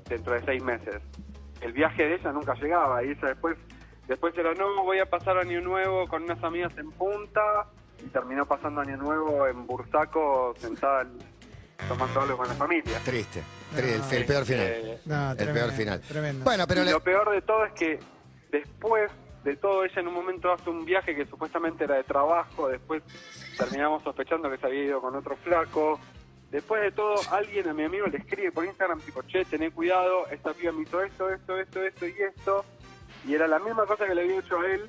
Speaker 6: dentro de seis meses. El viaje de ella nunca llegaba y ella después, después era, no, voy a pasar año nuevo con unas amigas en punta y terminó pasando año nuevo en Bursaco sentada en- tomando algo con la familia.
Speaker 2: Triste. Triste,
Speaker 3: No.
Speaker 2: el, el peor final.
Speaker 6: Eh,
Speaker 3: No,
Speaker 2: el
Speaker 3: tremendo,
Speaker 2: peor final.
Speaker 3: tremendo.
Speaker 2: Bueno, pero...
Speaker 6: y
Speaker 2: le-
Speaker 6: lo peor de todo es que después de todo ella en un momento hace un viaje que supuestamente era de trabajo, después terminamos sospechando que se había ido con otro flaco. Después de todo, alguien a mi amigo le escribe por Instagram, tipo, che, tené cuidado, esta piba me hizo esto, esto, esto, esto y esto. Y era la misma cosa que le había hecho a él,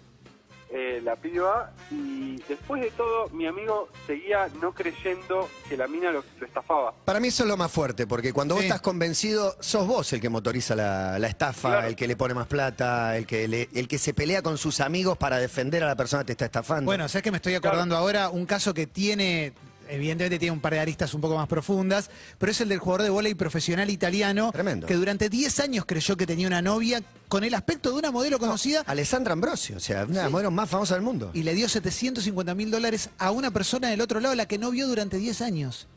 Speaker 7: eh, la piba y después de todo mi amigo seguía no creyendo que la mina lo, lo estafaba.
Speaker 2: Para mí eso es lo más fuerte, porque cuando vos
Speaker 3: Sí.
Speaker 2: estás convencido, sos vos el que motoriza la, la estafa,
Speaker 7: Claro.
Speaker 2: el que le pone más plata, el que, le- el que se pelea con sus amigos para defender a la persona que te está estafando.
Speaker 3: Bueno, sabes que me estoy acordando ahora un caso que tiene, evidentemente tiene un par de aristas un poco más profundas, pero es el del jugador de volei profesional italiano
Speaker 2: Tremendo.
Speaker 3: que durante 10 años creyó que tenía una novia con el aspecto de una modelo conocida
Speaker 2: Alessandra Ambrosio, o sea, una de las modelos más famosas del mundo.
Speaker 3: y le dio 750 mil dólares a una persona del otro lado, la que no vio durante 10 años.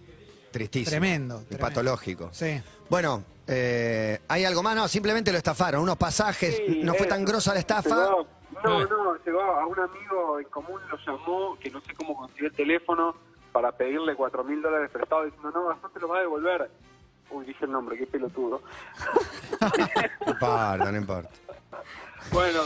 Speaker 2: Tristísimo.
Speaker 3: Tremendo,
Speaker 2: Y
Speaker 3: tremendo.
Speaker 2: patológico.
Speaker 3: Sí.
Speaker 2: Bueno, eh, ¿hay algo más? No, simplemente lo estafaron. Unos pasajes,
Speaker 7: Sí,
Speaker 2: no fue
Speaker 7: eh,
Speaker 2: tan grosa la estafa.
Speaker 7: llegó- no, no, llegó a un amigo en común, lo llamó, que no sé cómo consiguió el teléfono para pedirle cuatro mil dólares prestado, diciendo, no, Gastón te lo va a devolver. Uy, dije el nombre, qué pelotudo.
Speaker 2: No importa, no importa.
Speaker 3: Eh.
Speaker 7: Bueno,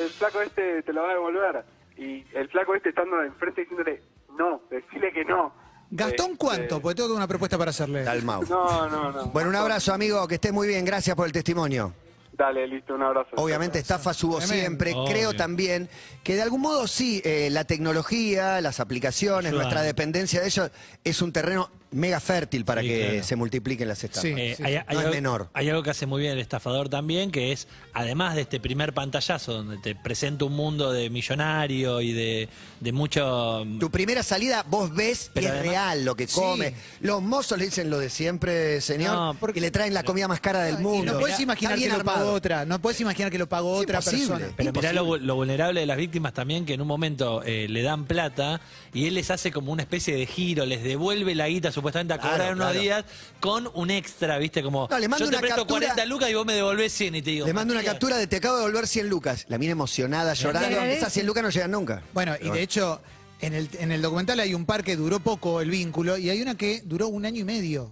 Speaker 7: el flaco este te lo va a devolver. Y el flaco este estando enfrente diciéndole, no, decile que no.
Speaker 3: Gastón,
Speaker 2: Eh,
Speaker 7: Este,
Speaker 3: ¿cuánto? Porque tengo una propuesta para hacerle.
Speaker 2: Dalmau.
Speaker 7: No, no, no.
Speaker 2: Bueno, un abrazo, amigo. Que estés muy bien. Gracias por el testimonio.
Speaker 7: Dale, listo, un abrazo.
Speaker 2: Obviamente estafa subo
Speaker 3: Tremendo.
Speaker 2: siempre.
Speaker 4: Obvio.
Speaker 2: Creo también que de algún modo sí, eh, la tecnología, las aplicaciones,
Speaker 4: Ayudan.
Speaker 2: nuestra dependencia de ellos es un terreno mega fértil para
Speaker 4: Sí,
Speaker 2: que
Speaker 4: claro.
Speaker 2: se multipliquen las estafas.
Speaker 3: Sí.
Speaker 4: Eh, hay, hay
Speaker 2: No es
Speaker 4: algo,
Speaker 2: menor.
Speaker 4: hay algo que hace muy bien el estafador también, que es, además de este primer pantallazo, donde te presenta un mundo de millonario y de, de mucho...
Speaker 2: Tu primera salida, vos ves que
Speaker 4: Pero
Speaker 2: es
Speaker 4: además-
Speaker 2: real lo que
Speaker 3: Sí.
Speaker 2: come. Los mozos le dicen lo de siempre, señor,
Speaker 4: No, porque-
Speaker 2: y le traen la comida más cara del
Speaker 3: Y
Speaker 2: mundo.
Speaker 3: no puedes imaginar que
Speaker 2: Alguien
Speaker 3: lo pagó
Speaker 2: armado.
Speaker 3: otra, no puedes imaginar que lo pagó
Speaker 2: Es
Speaker 3: otra
Speaker 2: imposible.
Speaker 3: persona.
Speaker 4: Pero mirá lo,
Speaker 2: Imposible.
Speaker 4: vu- lo vulnerable de las víctimas también, que en un momento eh, le dan plata y él les hace como una especie de giro, les devuelve la guita supuestamente a cobrar
Speaker 2: Claro,
Speaker 4: en unos
Speaker 2: claro.
Speaker 4: días con un extra, ¿viste? Como
Speaker 2: No, le mando
Speaker 4: yo te
Speaker 2: una
Speaker 4: presto
Speaker 2: captura-
Speaker 4: 40 lucas y vos me devolvés 100 y te digo...
Speaker 2: Le mando una
Speaker 4: "Matías,
Speaker 2: captura de te acabo de volver 100 lucas. La mina emocionada, llorando.
Speaker 5: agradece.
Speaker 2: Esas 100 lucas no llegan nunca.
Speaker 3: Bueno, y de hecho, en el, en el documental hay un par que duró poco el vínculo y hay una que duró un año y medio.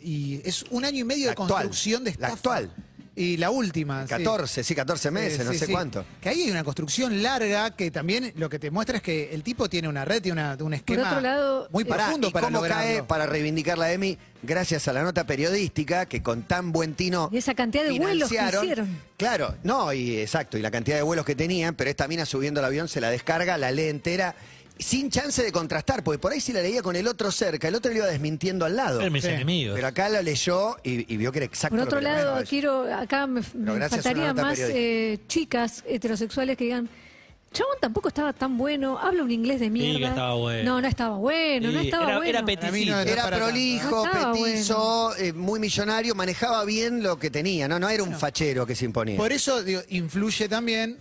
Speaker 3: Y es un año y medio
Speaker 2: La
Speaker 3: de
Speaker 2: actual,
Speaker 3: construcción de
Speaker 2: la
Speaker 3: estafa.
Speaker 2: actual.
Speaker 3: Y la última. sí.
Speaker 2: 14, sí, 14 meses,
Speaker 3: Eh,
Speaker 2: no
Speaker 3: sí,
Speaker 2: sé
Speaker 3: sí.
Speaker 2: cuánto.
Speaker 3: Que ahí hay una construcción larga que también lo que te muestra es que el tipo tiene una red, tiene una, un esquema
Speaker 5: otro lado,
Speaker 3: muy
Speaker 5: eh,
Speaker 2: Pará,
Speaker 3: profundo
Speaker 2: ¿y
Speaker 3: para
Speaker 2: cómo cae
Speaker 3: lograrlo.
Speaker 2: para reivindicar la EMI? Gracias a la nota periodística que con tan buen tino
Speaker 5: Y esa cantidad de vuelos que
Speaker 2: financiaron.
Speaker 5: hicieron.
Speaker 2: Claro, no, y exacto, y la cantidad de vuelos que tenían, pero esta mina subiendo el avión se la descarga, la lee entera, sin chance de contrastar, porque por ahí si la leía con el otro cerca, el otro le iba desmintiendo al lado.
Speaker 4: eran mis
Speaker 3: Sí,
Speaker 4: enemigos.
Speaker 2: Pero acá la leyó y, y vio que era exacto.
Speaker 5: Por
Speaker 2: lo
Speaker 5: otro
Speaker 2: que le
Speaker 5: lado,
Speaker 2: mandaba ella.
Speaker 5: quiero, acá me,
Speaker 2: gracias a
Speaker 5: me
Speaker 2: una
Speaker 5: faltaría
Speaker 2: nota
Speaker 5: más
Speaker 2: periodística.
Speaker 5: eh, chicas heterosexuales que digan, Chabón tampoco estaba tan bueno, habla un inglés de mierda.
Speaker 4: que estaba bueno.
Speaker 5: No, no estaba bueno, no
Speaker 4: Sí,
Speaker 5: estaba
Speaker 4: era,
Speaker 5: bueno.
Speaker 4: Era
Speaker 3: Para mí no
Speaker 4: peticito.
Speaker 3: era-
Speaker 2: Era
Speaker 3: para tanto.
Speaker 2: prolijo,
Speaker 5: No estaba
Speaker 2: petizo, eh, muy millonario, manejaba bien lo que tenía, ¿no? No era un fachero que se imponía.
Speaker 3: Por eso digo, influye también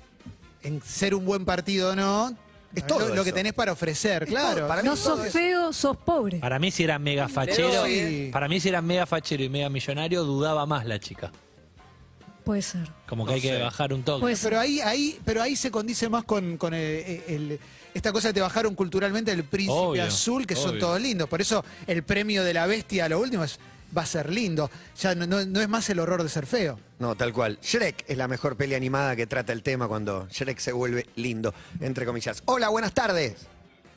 Speaker 3: en ser un buen partido o no.
Speaker 2: Es todo
Speaker 3: lo, lo que
Speaker 2: eso.
Speaker 3: tenés para ofrecer,
Speaker 2: Es
Speaker 3: claro.
Speaker 2: todo, para mí
Speaker 5: No
Speaker 2: es todo
Speaker 5: sos
Speaker 2: eso.
Speaker 5: feo, sos pobre.
Speaker 4: Para mí si era mega fachero,
Speaker 3: Sí.
Speaker 4: para mí si era mega fachero y mega millonario, dudaba más la chica.
Speaker 5: Puede ser.
Speaker 4: Como que hay que bajar un toque.
Speaker 5: Pues-
Speaker 3: Pero ahí, ahí, pero ahí se condice más con, con el- el- esta cosa que te bajaron culturalmente el príncipe
Speaker 4: Obvio,
Speaker 3: azul, que son
Speaker 4: obvio.
Speaker 3: todos lindos. Por eso el premio de la bestia a lo último es, va a ser lindo. Ya no, no- no es más el horror de ser feo.
Speaker 2: No, tal cual. Shrek es la mejor peli animada que trata el tema cuando Shrek se vuelve lindo, entre comillas. Hola, buenas tardes.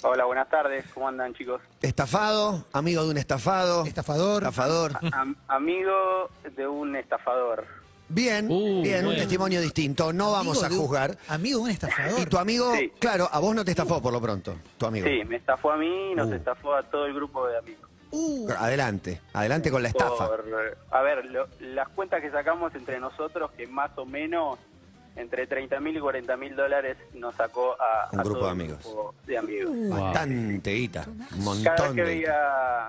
Speaker 6: Hola, buenas tardes. ¿Cómo andan, chicos?
Speaker 2: Estafado, amigo de un estafado.
Speaker 3: Estafador. Ah.
Speaker 2: Estafador.
Speaker 6: Am- amigo de un estafador.
Speaker 2: Bien,
Speaker 4: Uh,
Speaker 2: bien, un
Speaker 4: bueno.
Speaker 2: testimonio distinto. No vamos
Speaker 3: Amigo
Speaker 2: a
Speaker 3: de un-
Speaker 2: juzgar.
Speaker 3: Amigo de un
Speaker 2: Y
Speaker 3: estafador.
Speaker 2: tu amigo,
Speaker 6: Sí.
Speaker 2: claro, a vos no te estafó por lo pronto, tu amigo.
Speaker 6: Sí, me estafó a mí y nos
Speaker 2: Uh.
Speaker 6: estafó a todo el grupo de amigos.
Speaker 3: Uh,
Speaker 2: Adelante, adelante con la estafa.
Speaker 6: Por- a ver, lo- las cuentas que sacamos entre nosotros, que más o menos entre 30 mil y 40 mil dólares nos sacó a,
Speaker 2: Un
Speaker 6: a
Speaker 2: grupo
Speaker 6: todo
Speaker 2: de
Speaker 6: el
Speaker 2: amigos.
Speaker 6: grupo de amigos.
Speaker 2: Bastante guita, un
Speaker 6: Cada vez
Speaker 2: montón
Speaker 6: que
Speaker 2: de guita.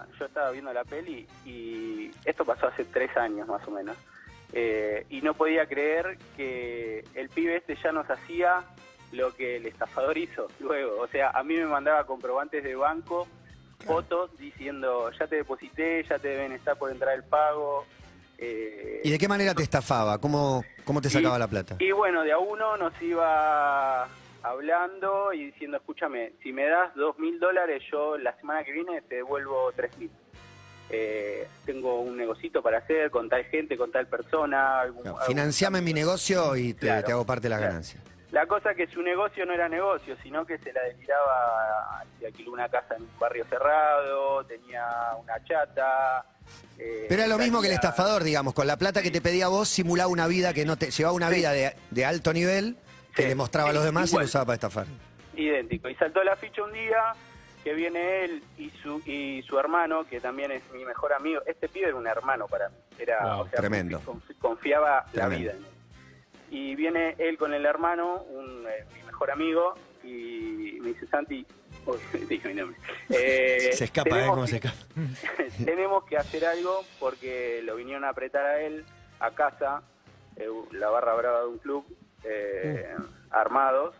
Speaker 6: veía, yo estaba viendo la peli y esto pasó hace tres años más o menos. Eh, y no podía creer que el pibe este ya nos hacía lo que el estafador hizo luego. O sea, a mí me mandaba comprobantes de banco, fotos diciendo, ya te deposité, ya te deben estar por entrar el pago. Eh,
Speaker 2: ¿Y de qué manera te estafaba? ¿Cómo, cómo te sacaba
Speaker 6: y-
Speaker 2: la plata?
Speaker 6: Y bueno, de a uno nos iba hablando y diciendo, escúchame, si me das dos mil dólares, yo la semana que viene te devuelvo tres mil. Eh, tengo un negocito para hacer con tal gente, con tal persona. algún-
Speaker 2: Claro,
Speaker 6: algún-
Speaker 2: Financiame mi negocio y te,
Speaker 6: Claro,
Speaker 2: te hago parte de las
Speaker 6: claro.
Speaker 2: ganancias.
Speaker 6: La cosa que su negocio no era negocio, sino que se la deliraba, se alquiló una casa en un barrio cerrado, tenía una chata. eh,
Speaker 2: Pero era lo mismo que el
Speaker 6: tenía-
Speaker 2: estafador, digamos, con la plata que te pedía vos simulaba una vida que no te llevaba una vida de, de alto nivel que
Speaker 6: Sí.
Speaker 2: le mostraba a los demás y
Speaker 6: Igual.
Speaker 2: lo usaba para estafar.
Speaker 6: idéntico. Y saltó la ficha un día que viene él y su y su hermano, que también es mi mejor amigo. Este pibe era un hermano para mí. Era,
Speaker 4: Wow,
Speaker 6: o sea,
Speaker 2: tremendo.
Speaker 6: confi- Confiaba la
Speaker 2: Tremendo.
Speaker 6: vida en él. Y viene él con el hermano, un, eh, mi mejor amigo, y me dice, Santi, uy, dije mi nombre. Eh,
Speaker 8: Se escapa, ¿eh?
Speaker 6: tenemos
Speaker 8: ¿Cómo
Speaker 6: que-
Speaker 8: se escapa?
Speaker 6: tenemos que hacer algo porque lo vinieron a apretar a él a casa, eh, la barra brava de un club, eh, armados,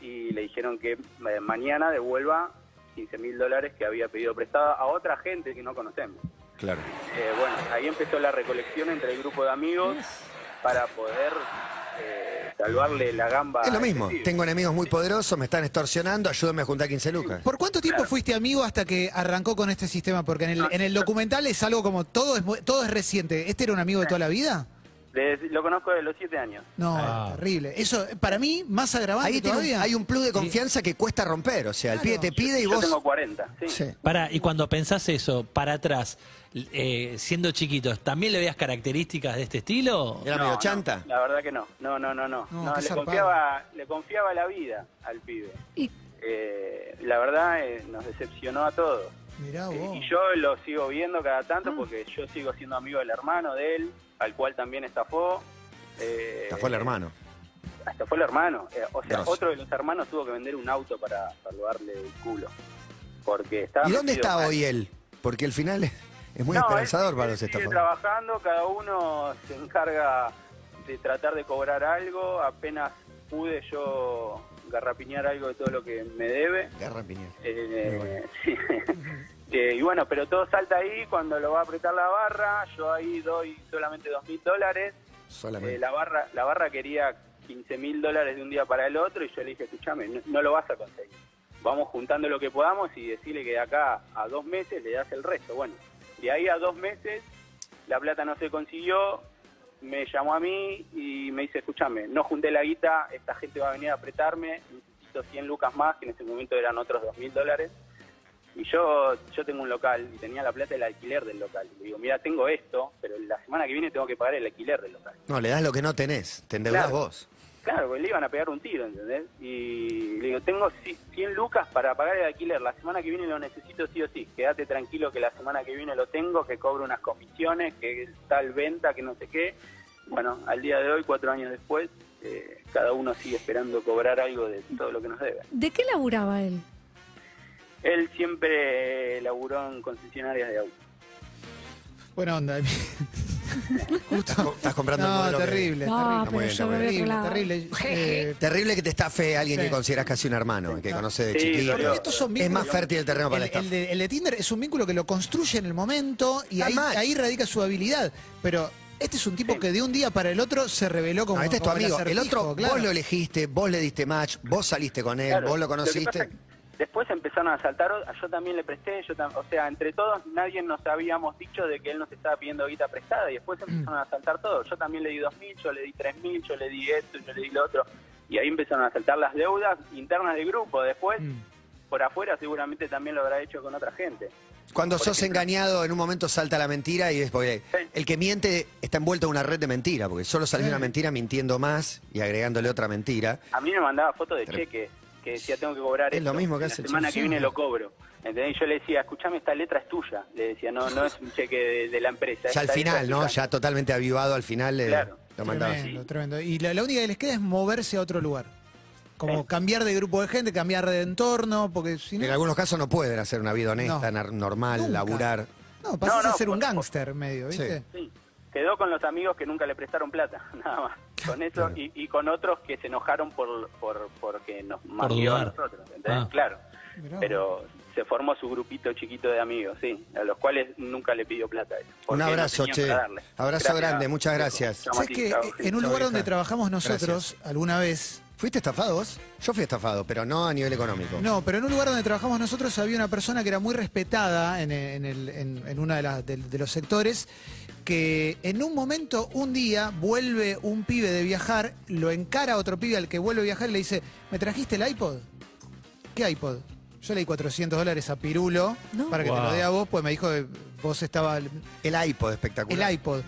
Speaker 6: y le dijeron que eh, mañana devuelva 15 mil dólares que había pedido prestada a otra gente que no conocemos.
Speaker 2: Claro.
Speaker 6: Eh, bueno, ahí empezó la recolección entre el grupo de amigos para poder eh, salvarle la gamba.
Speaker 2: Es
Speaker 6: a
Speaker 2: lo
Speaker 6: este
Speaker 2: mismo.
Speaker 6: pibe.
Speaker 2: Tengo enemigos muy poderosos, me están extorsionando, ayúdame a juntar 15 lucas.
Speaker 3: ¿Por cuánto tiempo fuiste amigo hasta que arrancó con este sistema? Porque en el, en el documental es algo como todo es, mu- todo es reciente. ¿Este era un amigo de toda la vida?
Speaker 6: Desde- lo conozco de los 7 años.
Speaker 3: No,
Speaker 4: Ah.
Speaker 3: terrible. Eso, para mí, más agravante
Speaker 2: Ahí tiene un-
Speaker 3: todavía.
Speaker 2: hay un plus de confianza que cuesta romper. O sea, el
Speaker 3: Claro.
Speaker 2: pibe te pide y
Speaker 6: Yo
Speaker 2: vos.
Speaker 6: tengo 40, sí.
Speaker 2: Sí.
Speaker 4: Para, y cuando pensás eso, para atrás, eh, siendo chiquitos, ¿también le veías características de este estilo?
Speaker 2: Era
Speaker 6: No,
Speaker 2: medio
Speaker 6: no, Eh,
Speaker 2: chanta.
Speaker 6: la verdad que no. No, no, no, no.
Speaker 3: No,
Speaker 6: No,
Speaker 3: qué
Speaker 6: le,
Speaker 3: zarpado.
Speaker 6: confiaba, le confiaba la vida al pibe.
Speaker 5: Y
Speaker 6: Eh, la verdad eh, nos decepcionó a todos.
Speaker 3: Mirá
Speaker 6: Eh,
Speaker 3: vos.
Speaker 6: y yo lo sigo viendo cada tanto porque yo sigo siendo amigo del hermano de él, al cual también estafó. Eh,
Speaker 2: Esta fue el hermano.
Speaker 6: Estafó el hermano. Eh, o sea,
Speaker 2: Grosso.
Speaker 6: otro de los hermanos tuvo que vender un auto para salvarle el culo. Porque estaba
Speaker 2: ¿Y dónde
Speaker 6: metido
Speaker 2: está
Speaker 6: mal.
Speaker 2: hoy él? Porque el final es, es muy
Speaker 6: No,
Speaker 2: esperanzador
Speaker 6: él-
Speaker 2: para
Speaker 6: él
Speaker 2: los
Speaker 6: sigue
Speaker 2: estafadores.
Speaker 6: trabajando, cada uno se encarga de tratar de cobrar algo. Apenas pude yo garrapiñar algo de todo lo que me debe.
Speaker 2: Garra Piñera.
Speaker 6: Eh, sí. Eh, y bueno, pero todo salta ahí cuando lo va a apretar la barra. Yo ahí doy solamente dos mil dólares. Eh,
Speaker 2: Solamente.
Speaker 6: la barra la barra quería 15 mil dólares de un día para el otro y yo le dije, escúchame, no, no lo vas a conseguir. Vamos juntando lo que podamos y decirle que de acá a dos meses le das el resto. Bueno, de ahí a dos meses la plata no se consiguió, me llamó a mí y me dice, escúchame, no junté la guita, esta gente va a venir a apretarme, necesito 100 lucas más, que en ese momento eran otros dos mil dólares. Y yo, yo tengo un local y tenía la plata del alquiler del local. Le digo, mira, tengo esto, pero la semana que viene tengo que pagar el alquiler del local.
Speaker 2: No, le das lo que no tenés. Te endeudás
Speaker 6: Claro.
Speaker 2: vos.
Speaker 6: Claro, porque le iban a pegar un tiro, ¿entendés? Y le digo, tengo ci- 100 lucas para pagar el alquiler, la semana que viene lo necesito sí o sí, quédate tranquilo que la semana que viene lo tengo, que cobro unas comisiones, que tal venta, que no sé qué. Bueno, al día de hoy, cuatro años después, eh, cada uno sigue esperando cobrar algo de todo lo que nos debe.
Speaker 5: ¿De qué laburaba él?
Speaker 6: Él siempre laburó en concesionarias de auto.
Speaker 3: Buena onda.
Speaker 2: Estás, co- estás comprando el
Speaker 3: no,
Speaker 2: modelo que-
Speaker 3: terrible,
Speaker 5: No,
Speaker 3: terrible.
Speaker 5: pero
Speaker 2: bien,
Speaker 5: yo me voy a otro
Speaker 3: Terrible,
Speaker 5: lado.
Speaker 3: terrible. Eh,
Speaker 2: Terrible que te estafe alguien
Speaker 3: Sí.
Speaker 2: que consideras casi un hermano, que conoces de
Speaker 6: Sí,
Speaker 2: chiquito.
Speaker 6: dolió.
Speaker 3: estos son
Speaker 2: es más
Speaker 3: vínculos-
Speaker 2: fértil el terreno para
Speaker 3: El,
Speaker 2: la estafa.
Speaker 3: el de, el de Tinder es un vínculo que lo construye en el momento y
Speaker 2: Está
Speaker 3: ahí,
Speaker 2: mal.
Speaker 3: ahí radica su habilidad. Pero este es un tipo que de un día para el otro se reveló como.
Speaker 2: No, este es tu
Speaker 3: como
Speaker 2: amigo. El
Speaker 3: acertijo,
Speaker 2: otro,
Speaker 3: claro.
Speaker 2: vos lo elegiste, vos le diste match, vos saliste con él,
Speaker 6: Claro,
Speaker 2: vos lo
Speaker 6: que
Speaker 2: conociste.
Speaker 6: pasa es que después empezaron a saltar, o- yo también le presté, yo tam- o sea, entre todos nadie nos habíamos dicho de que él nos estaba pidiendo guita prestada y después empezaron a saltar todos. Yo también le di 2.000, yo le di 3.000, yo le di esto, yo le di lo otro. Y ahí empezaron a saltar las deudas internas del grupo. Después, por afuera seguramente también lo habrá hecho con otra gente.
Speaker 2: Cuando
Speaker 6: por
Speaker 2: sos
Speaker 6: ejemplo.
Speaker 2: engañado, en un momento salta la mentira y es porque
Speaker 6: Sí.
Speaker 2: el que miente está envuelto en una red de mentira, porque solo salió una mentira mintiendo más y agregándole otra mentira.
Speaker 6: A mí me mandaba fotos de
Speaker 2: Tre-
Speaker 6: cheque que decía tengo que cobrar
Speaker 2: Es
Speaker 6: esto,
Speaker 2: lo mismo que
Speaker 6: la
Speaker 2: hace el
Speaker 6: semana
Speaker 2: Chelsea.
Speaker 6: que viene lo cobro. ¿Entendés? Y yo le decía, escuchame, esta letra es tuya. Le decía, no, no es un cheque de, de la
Speaker 2: Ya
Speaker 6: empresa.
Speaker 2: al
Speaker 6: esta letra
Speaker 2: final,
Speaker 6: es
Speaker 2: ¿no?
Speaker 6: tuya".
Speaker 2: Ya totalmente avivado al final eh,
Speaker 6: Claro.
Speaker 2: lo mandabas.
Speaker 3: Tremendo, tremendo. Y la, la única que les queda es moverse a otro lugar. Como
Speaker 2: Eh.
Speaker 3: cambiar de grupo de gente, cambiar de entorno, porque si no.
Speaker 2: En algunos casos no pueden hacer una vida honesta,
Speaker 3: No.
Speaker 2: nar- normal,
Speaker 3: Nunca.
Speaker 2: laburar.
Speaker 3: No, pasás
Speaker 6: No,
Speaker 3: a
Speaker 6: no,
Speaker 3: ser un
Speaker 6: por-
Speaker 5: pues,
Speaker 3: gángster medio, ¿viste?
Speaker 2: Sí.
Speaker 6: Sí, quedó con los amigos que nunca le prestaron plata, nada más. Con eso y, y con otros que se enojaron por, por porque nos mandió a
Speaker 4: dudar.
Speaker 6: nosotros, ¿entendés?
Speaker 4: Ah.
Speaker 6: Claro.
Speaker 3: Mirá.
Speaker 6: Pero se formó su grupito chiquito de amigos, sí, a los cuales nunca le pidió plata. porque
Speaker 2: Un
Speaker 6: no
Speaker 2: abrazo,
Speaker 6: tenían
Speaker 2: che.
Speaker 6: para darle.
Speaker 2: Abrazo grande, muchas gracias.
Speaker 6: Chau,
Speaker 3: ¿Sabes
Speaker 6: Mati,
Speaker 3: que
Speaker 6: chau.
Speaker 3: en
Speaker 2: Chau,
Speaker 3: un lugar donde
Speaker 2: vieja.
Speaker 3: trabajamos nosotros alguna vez,
Speaker 2: ¿Fuiste estafado vos? Yo fui estafado, pero no a nivel económico.
Speaker 3: no, pero en un lugar donde trabajamos nosotros había una persona que era muy respetada en, en el- en- en una de, las- de- de los sectores, que en un momento, un día, vuelve un pibe de viajar, lo encara a otro pibe al que vuelve a viajar y le dice, ¿me trajiste el iPod? ¿Qué iPod? Yo le di 400 dólares a Pirulo
Speaker 5: No.
Speaker 3: para que te
Speaker 4: Wow.
Speaker 3: lo dé a vos, pues me dijo que vos estaba
Speaker 2: El iPod espectacular.
Speaker 3: el iPod.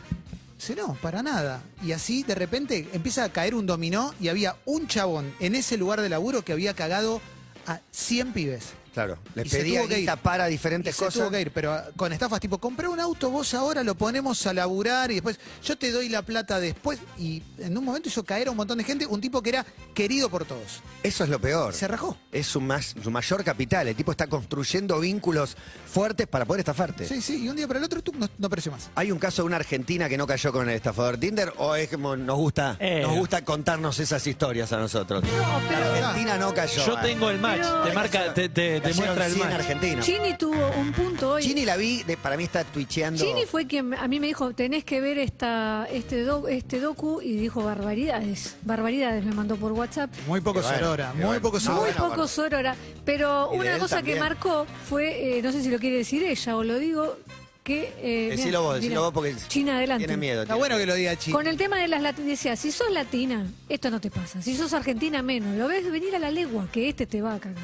Speaker 3: Dice, no, para nada. Y así de repente empieza a caer un dominó y había un chabón en ese lugar de laburo que había cagado a 100 pibes.
Speaker 2: Claro, les
Speaker 3: Y se
Speaker 2: pedía
Speaker 3: tuvo que
Speaker 2: guita
Speaker 3: ir.
Speaker 2: para
Speaker 3: Y
Speaker 2: diferentes
Speaker 3: se
Speaker 2: cosas.
Speaker 3: tuvo que ir, pero ah, con estafas tipo, compré un auto, vos ahora lo ponemos a laburar y después yo te doy la plata después. Y en un momento hizo caer a un montón de gente, un tipo que era querido por todos.
Speaker 2: Eso es lo peor.
Speaker 3: Se rajó.
Speaker 2: Es su, más, su mayor capital. El tipo está construyendo vínculos fuertes para poder estafarte.
Speaker 3: Sí, sí, y un día para el otro tú no, no apareció más.
Speaker 2: ¿Hay un caso de una argentina que no cayó con el estafador Tinder o es como nos gusta,
Speaker 4: Eh.
Speaker 2: nos gusta contarnos esas historias a nosotros?
Speaker 5: No, pero
Speaker 2: Argentina no cayó.
Speaker 4: Yo
Speaker 2: Ana.
Speaker 4: tengo el match, te marca, te, te- te
Speaker 2: Cayeron
Speaker 4: muestra el
Speaker 2: 100
Speaker 4: match.
Speaker 2: argentinos.
Speaker 5: Chini tuvo un punto hoy.
Speaker 2: Chini la vi, de- para mí está twitcheando.
Speaker 5: Chini fue quien a mí me dijo, tenés que ver esta, este, do- este docu y dijo barbaridades, barbaridades, me mandó por WhatsApp.
Speaker 3: Muy poco
Speaker 2: Qué bueno,
Speaker 3: sorora,
Speaker 2: qué
Speaker 3: muy
Speaker 2: bueno.
Speaker 3: poco
Speaker 2: No,
Speaker 3: sorora.
Speaker 5: Muy
Speaker 2: bueno,
Speaker 5: poco
Speaker 2: bueno.
Speaker 5: sorora, pero
Speaker 2: Y de
Speaker 5: una
Speaker 2: él
Speaker 5: cosa
Speaker 2: también.
Speaker 5: que marcó fue, eh, no sé si lo quiere decir ella o lo digo, que... eh,
Speaker 2: Decilo
Speaker 5: mirá,
Speaker 2: vos, decilo
Speaker 5: mirá,
Speaker 2: vos porque
Speaker 5: China adelante.
Speaker 2: tiene miedo.
Speaker 3: Está
Speaker 2: tiene
Speaker 3: bueno que
Speaker 2: miedo.
Speaker 3: lo diga Chini.
Speaker 5: Con el tema de las latinas, decía, si sos latina, esto no te pasa. Si sos argentina, menos. Lo ves venir a la legua, que este te va a cagar.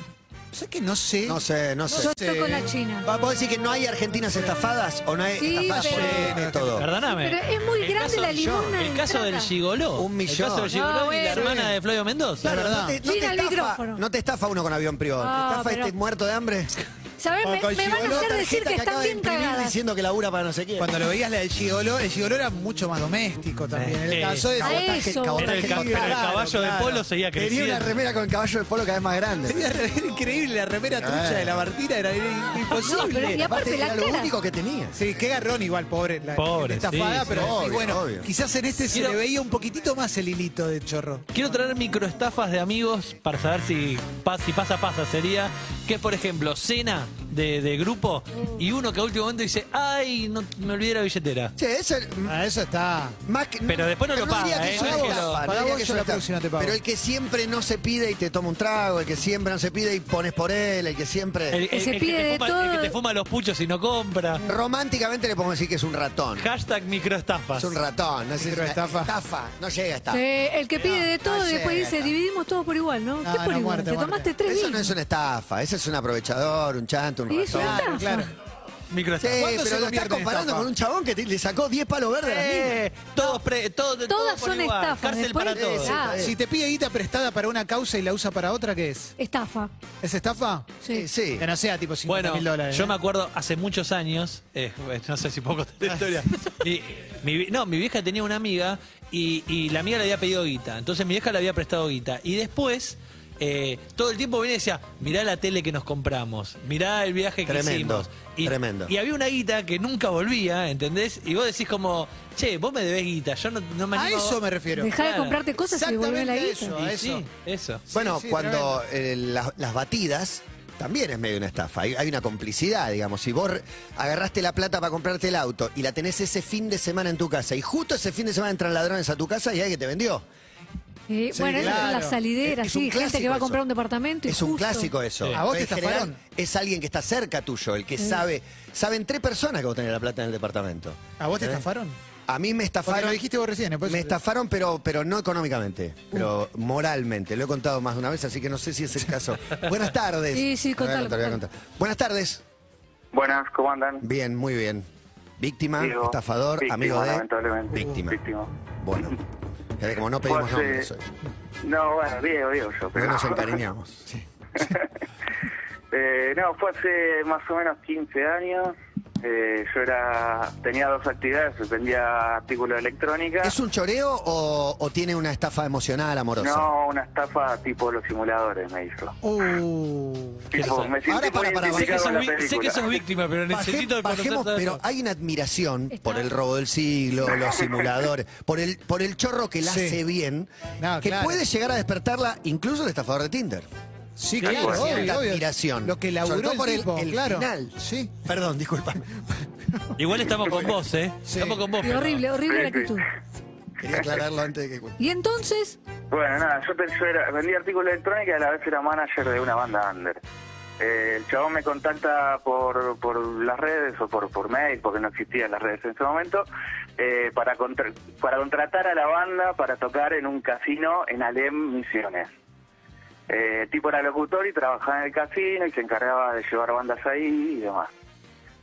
Speaker 3: ¿Sabes que no sé?
Speaker 2: No sé, no sé.
Speaker 5: Yo estoy con la China.
Speaker 2: ¿Va- ¿Vos decís que no hay argentinas estafadas o no hay
Speaker 5: Sí,
Speaker 2: estafadas
Speaker 5: pero-
Speaker 2: por internet, todo?
Speaker 4: Perdóname.
Speaker 5: Pero es muy
Speaker 4: El
Speaker 5: grande
Speaker 4: caso
Speaker 5: la
Speaker 4: del
Speaker 5: limona
Speaker 4: Gigoló. El
Speaker 5: de
Speaker 4: caso del
Speaker 5: entrada.
Speaker 4: gigoló.
Speaker 2: Un millón.
Speaker 4: El caso del gigoló
Speaker 5: No,
Speaker 4: y la
Speaker 5: bueno.
Speaker 4: hermana de Flavio Mendoza.
Speaker 2: Claro,
Speaker 3: verdad.
Speaker 2: no te, no, te
Speaker 5: Gira el
Speaker 2: estafa,
Speaker 5: micrófono.
Speaker 2: no te estafa uno con avión privado.
Speaker 5: Ah,
Speaker 2: te estafa
Speaker 5: pero-
Speaker 2: este muerto de hambre.
Speaker 5: ¿Sabes?
Speaker 2: O
Speaker 5: Me,
Speaker 2: con
Speaker 5: me van a
Speaker 2: Gigoló,
Speaker 5: hacer decir
Speaker 2: tarjeta acaba
Speaker 5: que están
Speaker 2: de
Speaker 5: bien
Speaker 2: imprimir
Speaker 5: cagadas.
Speaker 2: diciendo que labura para no sé qué.
Speaker 3: Cuando lo veías la del Gigolo, el Gigolo era mucho más doméstico también. En
Speaker 4: Eh,
Speaker 3: el caso de
Speaker 5: A
Speaker 4: Pero el,
Speaker 5: eso.
Speaker 4: ca-
Speaker 2: Claro,
Speaker 4: pero el caballo
Speaker 2: claro.
Speaker 4: de polo seguía
Speaker 2: Tenía una
Speaker 4: creciendo.
Speaker 2: remera con el caballo de polo cada vez más grande.
Speaker 3: Tenía la remera increíble, la remera trucha de la Martina era, era
Speaker 5: No,
Speaker 3: imposible.
Speaker 5: pero y aparte la
Speaker 2: era lo
Speaker 5: cara.
Speaker 2: único que tenía.
Speaker 3: Sí, qué garrón igual, pobre. La,
Speaker 4: Pobre,
Speaker 3: estafada,
Speaker 4: sí,
Speaker 3: pero
Speaker 2: sí.
Speaker 3: y
Speaker 2: Obvio,
Speaker 3: bueno,
Speaker 2: obvio.
Speaker 3: quizás en este
Speaker 4: Quiero-
Speaker 3: se le veía un poquitito más el hilito de chorro.
Speaker 4: Quiero traer microestafas de amigos para saber si, pa- si pasa, pasa. Sería que es, por ejemplo, cena de, de grupo y uno que a último momento dice, ay, no, me olvidé la billetera.
Speaker 2: Che, eso
Speaker 3: Ah, eso está.
Speaker 2: más que-
Speaker 4: Pero después no lo
Speaker 2: pero diría
Speaker 4: paga,
Speaker 2: que
Speaker 4: ¿eh?
Speaker 2: es una
Speaker 4: No es que lo-
Speaker 2: estafa, no
Speaker 3: Pagá
Speaker 2: diría
Speaker 3: vos,
Speaker 2: que es
Speaker 3: yo
Speaker 2: una
Speaker 3: la próxima te pago.
Speaker 2: Pero el que siempre no se pide y te toma un trago, el que siempre no se pide y pones por él, el que siempre...
Speaker 4: El,
Speaker 5: Que se
Speaker 4: que
Speaker 5: pide
Speaker 4: te
Speaker 5: de
Speaker 4: fuma,
Speaker 5: todo.
Speaker 4: el que te fuma los puchos y no compra.
Speaker 2: Románticamente le podemos decir que es un ratón.
Speaker 4: Hashtag microestafas.
Speaker 2: Es un ratón, no es una
Speaker 3: Microestafa.
Speaker 2: estafa. No llega a estafa.
Speaker 5: Sí, el que pide de todo
Speaker 2: no
Speaker 5: y después
Speaker 2: llega.
Speaker 5: dice, dividimos todos por igual, ¿no?
Speaker 3: No,
Speaker 5: ¿Qué por
Speaker 3: no,
Speaker 5: igual?
Speaker 3: muerte,
Speaker 5: Te
Speaker 3: muerte.
Speaker 5: tomaste tres
Speaker 2: Eso
Speaker 5: vinos.
Speaker 2: no es una estafa, ese es un aprovechador, un chanto, un ratón.
Speaker 5: Y es una estafa.
Speaker 3: claro.
Speaker 2: Sí,
Speaker 4: Microestafas.
Speaker 3: ¿Cuándo se
Speaker 2: pero lo
Speaker 3: convierte
Speaker 2: estás
Speaker 3: en
Speaker 2: comparando
Speaker 3: estafa?
Speaker 2: con un chabón que te- le sacó 10 palos verdes a la mina.
Speaker 4: Eh, todos pre- todo- todo
Speaker 5: Todas
Speaker 4: por
Speaker 5: son
Speaker 4: igual.
Speaker 5: estafas.
Speaker 4: Cárcel
Speaker 5: después-
Speaker 4: para todos.
Speaker 5: Ah,
Speaker 3: Si te pide guita prestada para una causa y la usa para otra, ¿qué es?
Speaker 5: Estafa.
Speaker 3: ¿Es estafa?
Speaker 5: Sí.
Speaker 2: Eh, Sí.
Speaker 3: Que no sea tipo 50
Speaker 4: Bueno,
Speaker 3: mil dólares.
Speaker 4: yo
Speaker 3: ¿eh?
Speaker 4: me acuerdo hace muchos años, eh, no sé si puedo contar la historia. Mi- mi vie- no, mi vieja tenía una amiga y, y la amiga le había pedido guita. Entonces mi vieja le había prestado guita. Y después, eh, todo el tiempo venía y decía, mirá la tele que nos compramos, mirá el viaje que
Speaker 2: Tremendo,
Speaker 4: hicimos. Y,
Speaker 2: tremendo.
Speaker 4: Y había una guita que nunca volvía, ¿entendés? Y vos decís como, che, vos me debés guita, yo no, no me
Speaker 3: A
Speaker 4: animo.
Speaker 3: eso me refiero.
Speaker 5: Dejá de
Speaker 4: claro.
Speaker 5: comprarte cosas y devolver la
Speaker 3: Exactamente
Speaker 5: guita.
Speaker 3: eso.
Speaker 4: Y sí, eso.
Speaker 2: Bueno,
Speaker 3: sí,
Speaker 2: cuando eh, las, las batidas también es medio una estafa. Hay, hay una complicidad, digamos. Si vos re- agarraste la plata para comprarte el auto y la tenés ese fin de semana en tu casa y justo ese fin de semana entran ladrones a tu casa y hay que te vendió.
Speaker 5: Eh,
Speaker 2: Sí,
Speaker 5: bueno, esas son
Speaker 2: claro.
Speaker 5: las salideras,
Speaker 2: Es un
Speaker 5: sí, gente que
Speaker 2: clásico
Speaker 5: va a
Speaker 2: eso.
Speaker 5: comprar un departamento y
Speaker 2: Es un
Speaker 5: justo.
Speaker 2: clásico eso.
Speaker 4: Sí.
Speaker 3: ¿A vos
Speaker 2: Pero
Speaker 3: te
Speaker 2: en general
Speaker 3: estafaron?
Speaker 2: Es alguien que está cerca tuyo, el que
Speaker 5: Sí.
Speaker 2: sabe. Saben tres personas que vos tenés la plata en el departamento.
Speaker 3: ¿A vos te
Speaker 2: ¿Eh?
Speaker 3: estafaron?
Speaker 2: A mí me
Speaker 3: Porque
Speaker 2: estafaron.
Speaker 3: lo dijiste vos recién. después- Uh.
Speaker 2: Me estafaron, pero, pero no económicamente, pero moralmente. Lo he contado más de una vez, así que no sé si es el caso. Buenas tardes.
Speaker 5: Sí, sí,
Speaker 2: Lo voy a
Speaker 5: contalo,
Speaker 2: contar, lo voy a
Speaker 5: contalo.
Speaker 2: contar. Buenas tardes.
Speaker 6: Buenas, ¿cómo andan?
Speaker 2: Bien, muy bien. Víctima,
Speaker 6: Digo,
Speaker 2: estafador,
Speaker 6: víctima,
Speaker 2: amigo de...
Speaker 6: lamentablemente.
Speaker 2: Víctima.
Speaker 6: Víctima.
Speaker 2: Bueno. Eh, Como no pedimos
Speaker 6: Pues,
Speaker 2: nombres
Speaker 6: eh,
Speaker 2: hoy.
Speaker 6: No, bueno, Diego, Diego yo.
Speaker 2: No nos encariñamos.
Speaker 6: Eh, no, fue hace más o menos 15 años. Eh, yo era tenía dos actividades, vendía artículos de electrónica.
Speaker 2: ¿Es un choreo o, o tiene una estafa emocional, amorosa?
Speaker 6: No, una estafa tipo los simuladores me hizo.
Speaker 3: Uh,
Speaker 6: Tipo, me sentí
Speaker 2: Ahora, para,
Speaker 6: muy
Speaker 2: para,
Speaker 4: Sé que,
Speaker 6: identificado
Speaker 4: sos,
Speaker 6: con la
Speaker 4: vi- sé
Speaker 6: película.
Speaker 4: que sos víctima, pero
Speaker 2: Baje-
Speaker 4: necesito conocer
Speaker 2: bajemos,
Speaker 4: todo
Speaker 2: pero
Speaker 4: esto.
Speaker 2: hay una admiración
Speaker 5: Está-
Speaker 2: por el robo del siglo, los simuladores, por el, por el chorro que la
Speaker 3: Sí.
Speaker 2: hace bien,
Speaker 3: No,
Speaker 2: que
Speaker 3: claro.
Speaker 2: puede llegar a despertarla incluso el estafador de Tinder.
Speaker 3: sí,
Speaker 4: Claro,
Speaker 3: claro,
Speaker 6: sí,
Speaker 3: obvio,
Speaker 2: hay una
Speaker 3: obvio.
Speaker 2: admiración.
Speaker 3: Lo que
Speaker 2: Sobre
Speaker 3: laburó
Speaker 2: todo por
Speaker 3: el
Speaker 2: el-
Speaker 3: tipo,
Speaker 2: el
Speaker 3: claro.
Speaker 2: final.
Speaker 3: Sí.
Speaker 2: Perdón, discúlpame.
Speaker 4: Igual estamos con vos, ¿eh?
Speaker 3: ah. Sí.
Speaker 4: Estamos con vos.
Speaker 5: Y
Speaker 4: pero-
Speaker 5: horrible, horrible la
Speaker 6: Sí, sí.
Speaker 5: actitud.
Speaker 2: Quería aclararlo antes de que.
Speaker 5: Y entonces,
Speaker 6: Bueno, nada, yo, te- yo era- vendía artículos de electrónica y a la vez era manager de una banda under. Eh, el chabón me contacta por, por las redes o por, por mail, porque no existían las redes en ese momento, eh, para, contra- para contratar a la banda para tocar en un casino en Alem Misiones. Eh, el tipo era locutor y trabajaba en el casino y se encargaba de llevar bandas ahí y demás.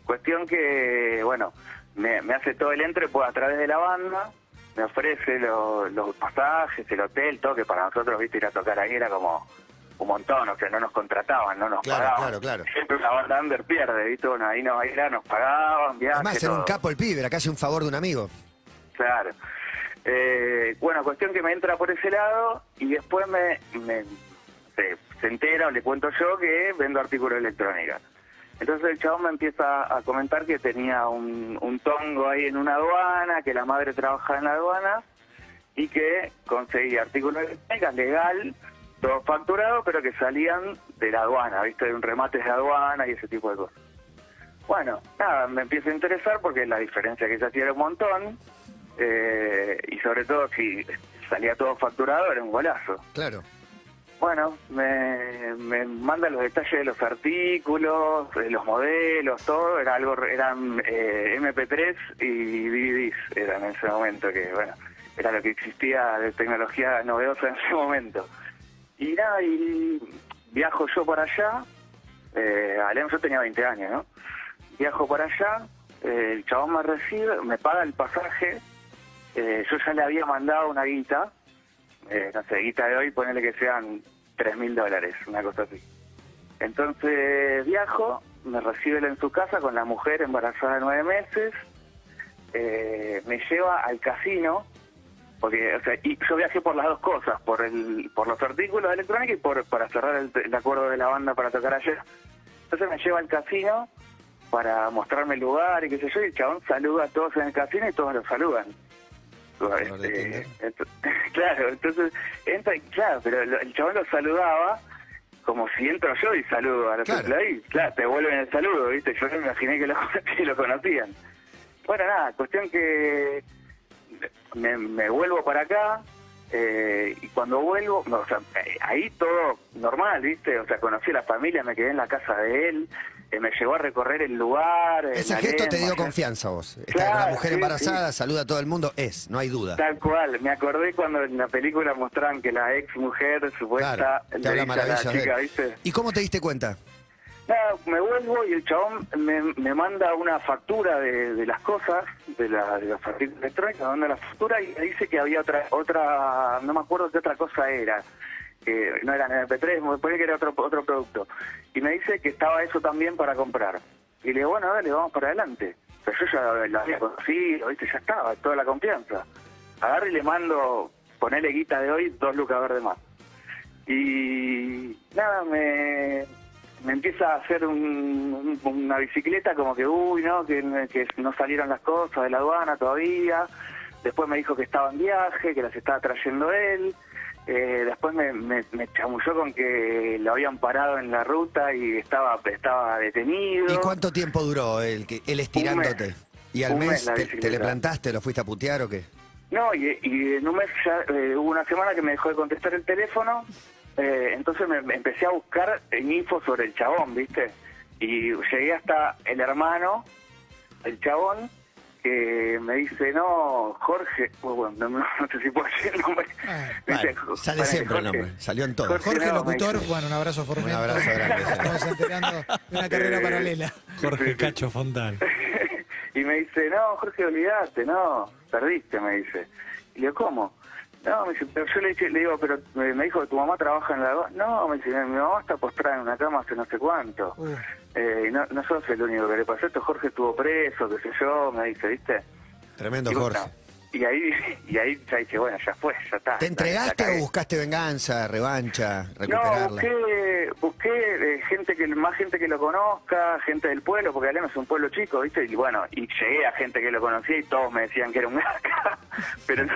Speaker 6: Cuestión que, bueno, me, me hace todo el entre pues, a través de la banda, me ofrece lo- los pasajes, el hotel, todo, que para nosotros, viste, ir a tocar ahí era como un montón, o sea, no nos contrataban, no nos
Speaker 2: Claro,
Speaker 6: pagaban.
Speaker 2: claro, claro.
Speaker 6: Siempre una banda under pierde, viste, bueno, ahí no, ahí era, nos pagaban, viajes,
Speaker 2: Además, era un
Speaker 6: todo.
Speaker 2: capo el pibe, era casi un favor de un amigo.
Speaker 6: Claro. Eh, bueno, cuestión que me entra por ese lado y después me, me- se, se entera o le cuento yo que vendo artículos de electrónica. Entonces el chabón me empieza a comentar que tenía un, un tongo ahí en una aduana, que la madre trabajaba en la aduana y que conseguía artículos de electrónica legal, todos facturados, pero que salían de la aduana, ¿viste? De un remate de aduana y ese tipo de cosas. Bueno, nada, me empiezo a interesar porque la diferencia que se hacía era un montón. eh, y sobre todo si salía todo facturado era un golazo.
Speaker 2: Claro.
Speaker 6: Bueno, me, me manda los detalles de los artículos, de los modelos, todo. Era algo, re- eran eh, MP3 y DVDs, eran en ese momento, que bueno, era lo que existía de tecnología novedosa en ese momento. Y nada, y viajo yo para allá. Eh, Alem, yo tenía 20 años, ¿no? Viajo para allá, eh, el chabón me recibe, me paga el pasaje. eh, yo ya le había mandado una guita eh, no sé, guita de hoy, ponele que sean tres mil dólares, una cosa así. Entonces viajo, me recibe él en su casa con la mujer embarazada de nueve meses, eh, me lleva al casino, porque, o sea, y yo viajé por las dos cosas, por el, por los artículos de electrónica y por, para cerrar el, el acuerdo de la banda para tocar ayer. Entonces me lleva al casino para mostrarme el lugar y qué sé yo, y el chabón saluda a todos en el casino y todos lo saludan.
Speaker 2: Error de
Speaker 6: Este,
Speaker 2: Tinder.
Speaker 6: ento- claro, entonces entra y claro, pero lo- el chabón lo saludaba como si entro yo y saludo a los
Speaker 2: Claro.
Speaker 6: empleados. Claro, te vuelven el saludo, ¿viste? Yo no me imaginé que lo, que lo conocían. Bueno, nada, cuestión que me, me vuelvo para acá eh, y cuando vuelvo, no, o sea, eh, ahí todo normal, ¿viste? O sea, conocí a la familia, me quedé en la casa de él, eh, me llevó a recorrer el lugar. eh,
Speaker 2: Ese
Speaker 6: la
Speaker 2: gesto te
Speaker 6: lema,
Speaker 2: dio
Speaker 6: ya-
Speaker 2: confianza a vos. Está
Speaker 6: Claro,
Speaker 2: la mujer
Speaker 6: sí,
Speaker 2: embarazada, saluda a todo el mundo, es, no hay duda.
Speaker 6: Tal cual, me acordé cuando en la película mostraban que la ex mujer supuesta
Speaker 2: Claro, te habla
Speaker 6: le dice a la
Speaker 2: maravillas de
Speaker 6: chica,
Speaker 2: él.
Speaker 6: ¿viste?
Speaker 2: ¿Y cómo te diste cuenta?
Speaker 6: Nada, me vuelvo y el chabón me, me manda una factura de, de las cosas, de, la, de los artículos electrónicos, me manda la factura y me dice que había otra, otra no me acuerdo qué otra cosa era, que no era MP3, me parece que era otro, otro producto. Y me dice que estaba eso también para comprar. Y le digo, bueno, dale, vamos para adelante. Pero yo ya la había conocido, ¿viste? ya estaba, toda la confianza. Agarro y le mando, ponele guita de hoy, dos lucas verdes más. Y nada, me, me empieza a hacer un- un- una bicicleta como que, uy, ¿no? Que, que no salieron las cosas de la aduana todavía. Después me dijo que estaba en viaje, que las estaba trayendo él. Eh, después me, me, me chamulló con que lo habían parado en la ruta y estaba, estaba detenido.
Speaker 2: ¿Y cuánto tiempo duró el, que- el estirándote?
Speaker 6: mes.
Speaker 2: ¿Y al
Speaker 6: Un mes
Speaker 2: mes
Speaker 6: la
Speaker 2: te, te le
Speaker 6: bicicleta.
Speaker 2: plantaste, lo fuiste a putear o qué?
Speaker 6: No, y, y en un mes ya eh, hubo una semana que me dejó de contestar el teléfono, eh, entonces me, me empecé a buscar en info sobre el chabón, ¿viste? Y llegué hasta el hermano, el chabón, que me dice, no, Jorge, bueno, no, no- no sé si puedo decir el nombre.
Speaker 3: Ah,
Speaker 6: Me dice,
Speaker 2: vale, sale
Speaker 6: "Pará,
Speaker 2: siempre el
Speaker 6: Jorge".
Speaker 2: nombre, salió en todo.
Speaker 6: Jorge,
Speaker 3: Jorge
Speaker 6: no, me
Speaker 3: Locutor,
Speaker 6: dice.
Speaker 3: bueno, un abrazo Formento.
Speaker 2: Un abrazo grande,
Speaker 3: Nos Estamos enterando de una carrera
Speaker 6: Eh,
Speaker 3: paralela.
Speaker 6: Sí, sí.
Speaker 8: Jorge Cacho Fontán.
Speaker 6: y me dice, no, Jorge, olvidate, no, perdiste, me dice. Y le digo, ¿cómo? No, me dice, pero yo le, dije- le digo, pero eh", me me dijo que tu mamá trabaja en la... aduana". No, me dice, mi mamá está postrada en una cama hace no sé cuánto.
Speaker 3: Uh.
Speaker 6: Eh, y no, no sos el único que le pasó esto, Jorge estuvo preso, qué sé yo, me dice, ¿viste?
Speaker 2: Tremendo,
Speaker 6: Y bueno,
Speaker 2: Jorge.
Speaker 6: Y ahí, y ahí ya dice, bueno, ya fue, ya está.
Speaker 2: ¿Te entregaste
Speaker 6: Ya
Speaker 2: o
Speaker 6: cagué".
Speaker 2: buscaste venganza, revancha,
Speaker 6: No,
Speaker 2: recuperarla?
Speaker 6: busqué, busqué eh, gente que más gente que lo conozca, gente del pueblo, porque Alem es un pueblo chico, ¿viste? Y bueno, y llegué a gente que lo conocía y todos me decían que era un garca, pero no,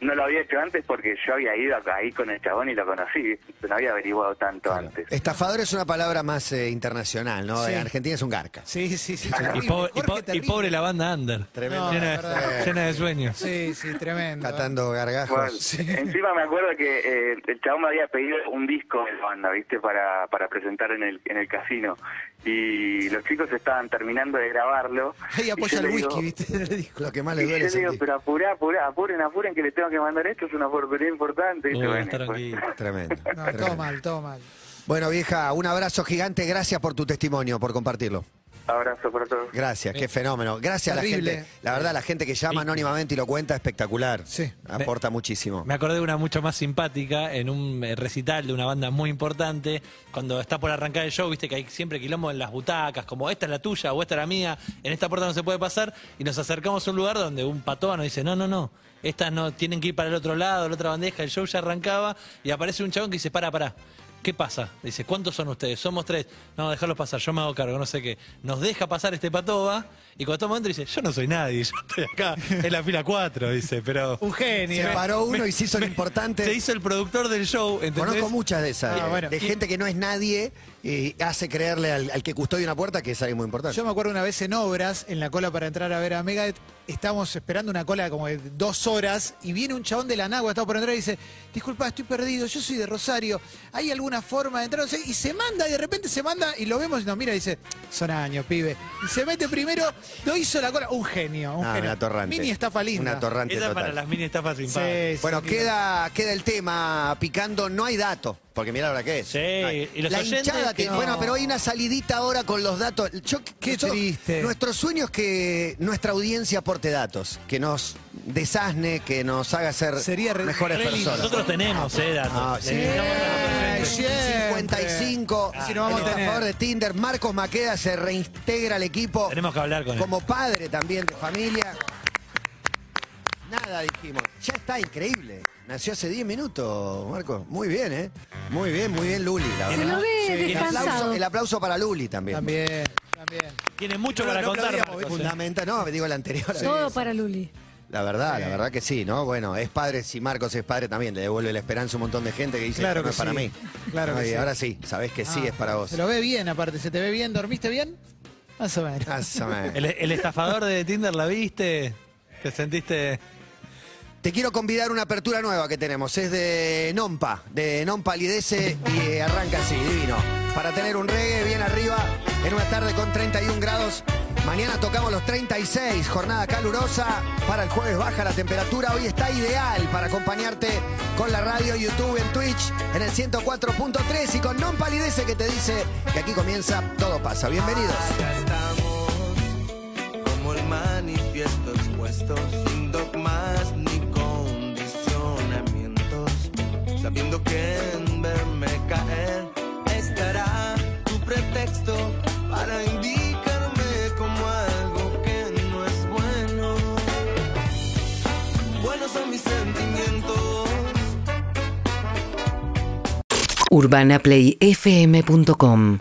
Speaker 6: no lo había hecho antes porque yo había ido acá, ahí con el chabón y lo conocí, no había averiguado tanto antes.
Speaker 2: Estafador es una palabra más eh, internacional, ¿no?
Speaker 3: Sí.
Speaker 2: En Argentina es un garca.
Speaker 3: Sí, sí, sí.
Speaker 8: Y,
Speaker 3: terrible.
Speaker 8: po- y
Speaker 3: Jorge,
Speaker 8: po- y
Speaker 3: terrible.
Speaker 8: pobre la banda Under.
Speaker 2: Tremendo.
Speaker 8: Llena,
Speaker 3: No, la verdad.
Speaker 8: llena de sueños.
Speaker 3: Sí, sí, tremendo.
Speaker 2: Catando gargajos.
Speaker 6: Bueno, Encima me acuerdo que eh, el chabón me había pedido un disco de la banda, ¿viste? Para, para presentar en el, en el casino. Y los chicos estaban terminando de grabarlo.
Speaker 3: Ahí apoya
Speaker 6: Y yo
Speaker 3: el
Speaker 6: le digo,
Speaker 3: whisky, ¿viste?
Speaker 2: Lo que más le
Speaker 6: Y
Speaker 2: duele
Speaker 6: yo
Speaker 2: es
Speaker 6: le
Speaker 2: el
Speaker 6: digo,
Speaker 2: tipo.
Speaker 6: pero apurá, apurá, apuren, apuren, que le tengo que mandar esto, es una oportunidad importante. Y
Speaker 8: Uh,
Speaker 6: dice, bueno,
Speaker 8: estar
Speaker 6: pues,
Speaker 8: aquí.
Speaker 2: Tremendo.
Speaker 3: No,
Speaker 2: tremendo.
Speaker 3: todo mal, todo mal.
Speaker 2: Bueno, vieja, un abrazo gigante. Gracias por tu testimonio, por compartirlo.
Speaker 6: pues. Abrazo para todos.
Speaker 2: Gracias, qué fenómeno. Gracias
Speaker 3: Eh, Terrible.
Speaker 2: a la gente. La verdad, la gente que llama anónimamente y lo cuenta, espectacular.
Speaker 3: Sí.
Speaker 2: Aporta muchísimo.
Speaker 4: Me acordé de una mucho más simpática en un eh, recital de una banda muy importante. Cuando está por arrancar el show, viste que hay siempre quilombo en las butacas, como esta es la tuya o esta es la mía, en esta puerta no se puede pasar. Y nos acercamos a un lugar donde un patoa nos dice: No, no, no, estas no tienen que ir para el otro lado, la otra bandeja. El show ya arrancaba y aparece un chabón que dice: Para, para. ¿Qué pasa? Dice, ¿cuántos son ustedes? Somos tres. No, dejarlos pasar, yo me hago cargo, no sé qué. Nos deja pasar este patoba y cuando estamos dentro dice, yo no soy nadie, yo estoy acá, en la fila cuatro, dice, pero...
Speaker 3: Un genio.
Speaker 2: Se paró uno y se hizo lo importante.
Speaker 4: Se hizo el productor del show, ¿entendés?
Speaker 2: Este- Conozco muchas de esas.
Speaker 3: Ah, bueno.
Speaker 2: De gente que no es nadie y hace creerle al, al que custodia una puerta que es alguien muy importante.
Speaker 3: Yo me acuerdo una vez en obras, en la cola para entrar a ver a Megadeth, estábamos esperando una cola como de dos horas y viene un chabón de la nagua, estaba por entrar y dice, disculpa, estoy perdido, yo soy de Rosario, ¿hay alguna forma de entrar? No sé, y se manda, y de repente se manda y lo vemos y nos mira y dice, son años, pibe. Y se mete primero, no hizo la cola, un genio, un
Speaker 2: Ah,
Speaker 3: genio.
Speaker 2: una torrante.
Speaker 3: Mini estafa linda.
Speaker 2: Una torrante
Speaker 4: Esa es para
Speaker 2: total.
Speaker 4: las mini estafas sin
Speaker 3: Sí,
Speaker 4: pago.
Speaker 3: sí,
Speaker 2: Bueno,
Speaker 3: sí.
Speaker 2: queda, queda el tema picando, no hay datos, porque mira ahora que es.
Speaker 4: Sí,
Speaker 2: No hay.
Speaker 4: y los
Speaker 2: la
Speaker 4: oyentes
Speaker 2: hinchada
Speaker 4: que
Speaker 2: te-
Speaker 4: no.
Speaker 2: Bueno, pero hay una salidita ahora con los datos. Yo-
Speaker 3: Qué
Speaker 2: yo-
Speaker 3: triste.
Speaker 2: Nuestro sueño es que nuestra audiencia aporte datos, que nos desasne, que nos haga ser
Speaker 3: Sería re-
Speaker 2: mejores
Speaker 3: re lindo.
Speaker 2: personas.
Speaker 4: Nosotros tenemos, eh, datos.
Speaker 2: Ah, sí.
Speaker 4: Necesitamos a los
Speaker 3: Siempre,
Speaker 4: oyentes.
Speaker 3: siempre.
Speaker 2: 55,
Speaker 3: Ah, si no vamos
Speaker 2: el
Speaker 3: a tener.
Speaker 2: estafador de Tinder, Marcos Maqueda se reintegra al equipo
Speaker 4: Tenemos que hablar con él.
Speaker 2: como padre también de familia. Nada dijimos. Ya está increíble. Nació hace 10 minutos, Marcos. Muy bien, ¿eh? Muy bien, muy bien, Luli. la
Speaker 5: Se
Speaker 2: verdad.
Speaker 5: lo ve
Speaker 2: el, aplauso,
Speaker 5: descansado.
Speaker 2: el aplauso para Luli también.
Speaker 3: También, también.
Speaker 4: Tiene mucho
Speaker 2: No,
Speaker 4: para
Speaker 2: no
Speaker 4: contar,
Speaker 2: aplaudíamos,
Speaker 4: Marcos, eh.
Speaker 2: Fundamental, no, digo el anterior.
Speaker 5: Todo para Luli.
Speaker 2: La verdad, la verdad que sí, ¿no? Bueno, es padre, si Marcos es padre también, le devuelve la esperanza a un montón de gente que dice
Speaker 3: Claro
Speaker 2: "Esto no es para
Speaker 3: que sí.
Speaker 2: mí.
Speaker 3: Claro
Speaker 2: No,
Speaker 3: que
Speaker 2: y
Speaker 3: sí.
Speaker 2: ahora sí, sabés que sí
Speaker 3: Ah,
Speaker 2: es para vos.
Speaker 3: Se lo ve bien, aparte, se te ve bien, ¿dormiste bien? Más o menos.
Speaker 2: Más o menos.
Speaker 4: eh. El, el estafador de Tinder, ¿la viste? ¿Te sentiste...?
Speaker 2: Te quiero convidar una apertura nueva que tenemos. Es de Nompa, de Nompa Lidece y eh, arranca así, divino. Para tener un reggae bien arriba en una tarde con 31 grados. Mañana tocamos los 36, jornada calurosa. Para el jueves baja la temperatura. Hoy está ideal para acompañarte con la radio, YouTube, en Twitch, en el 104.3 y con Nompa Lidece que te dice que aquí comienza Todo Pasa. Bienvenidos.
Speaker 9: Ya estamos como el manifiesto expuesto, sin dogmas ni condicionamientos, sabiendo que en verme caer estará tu pretexto para indicarme como algo que no es bueno. Buenos son mis sentimientos.
Speaker 10: urbanaplayfm.com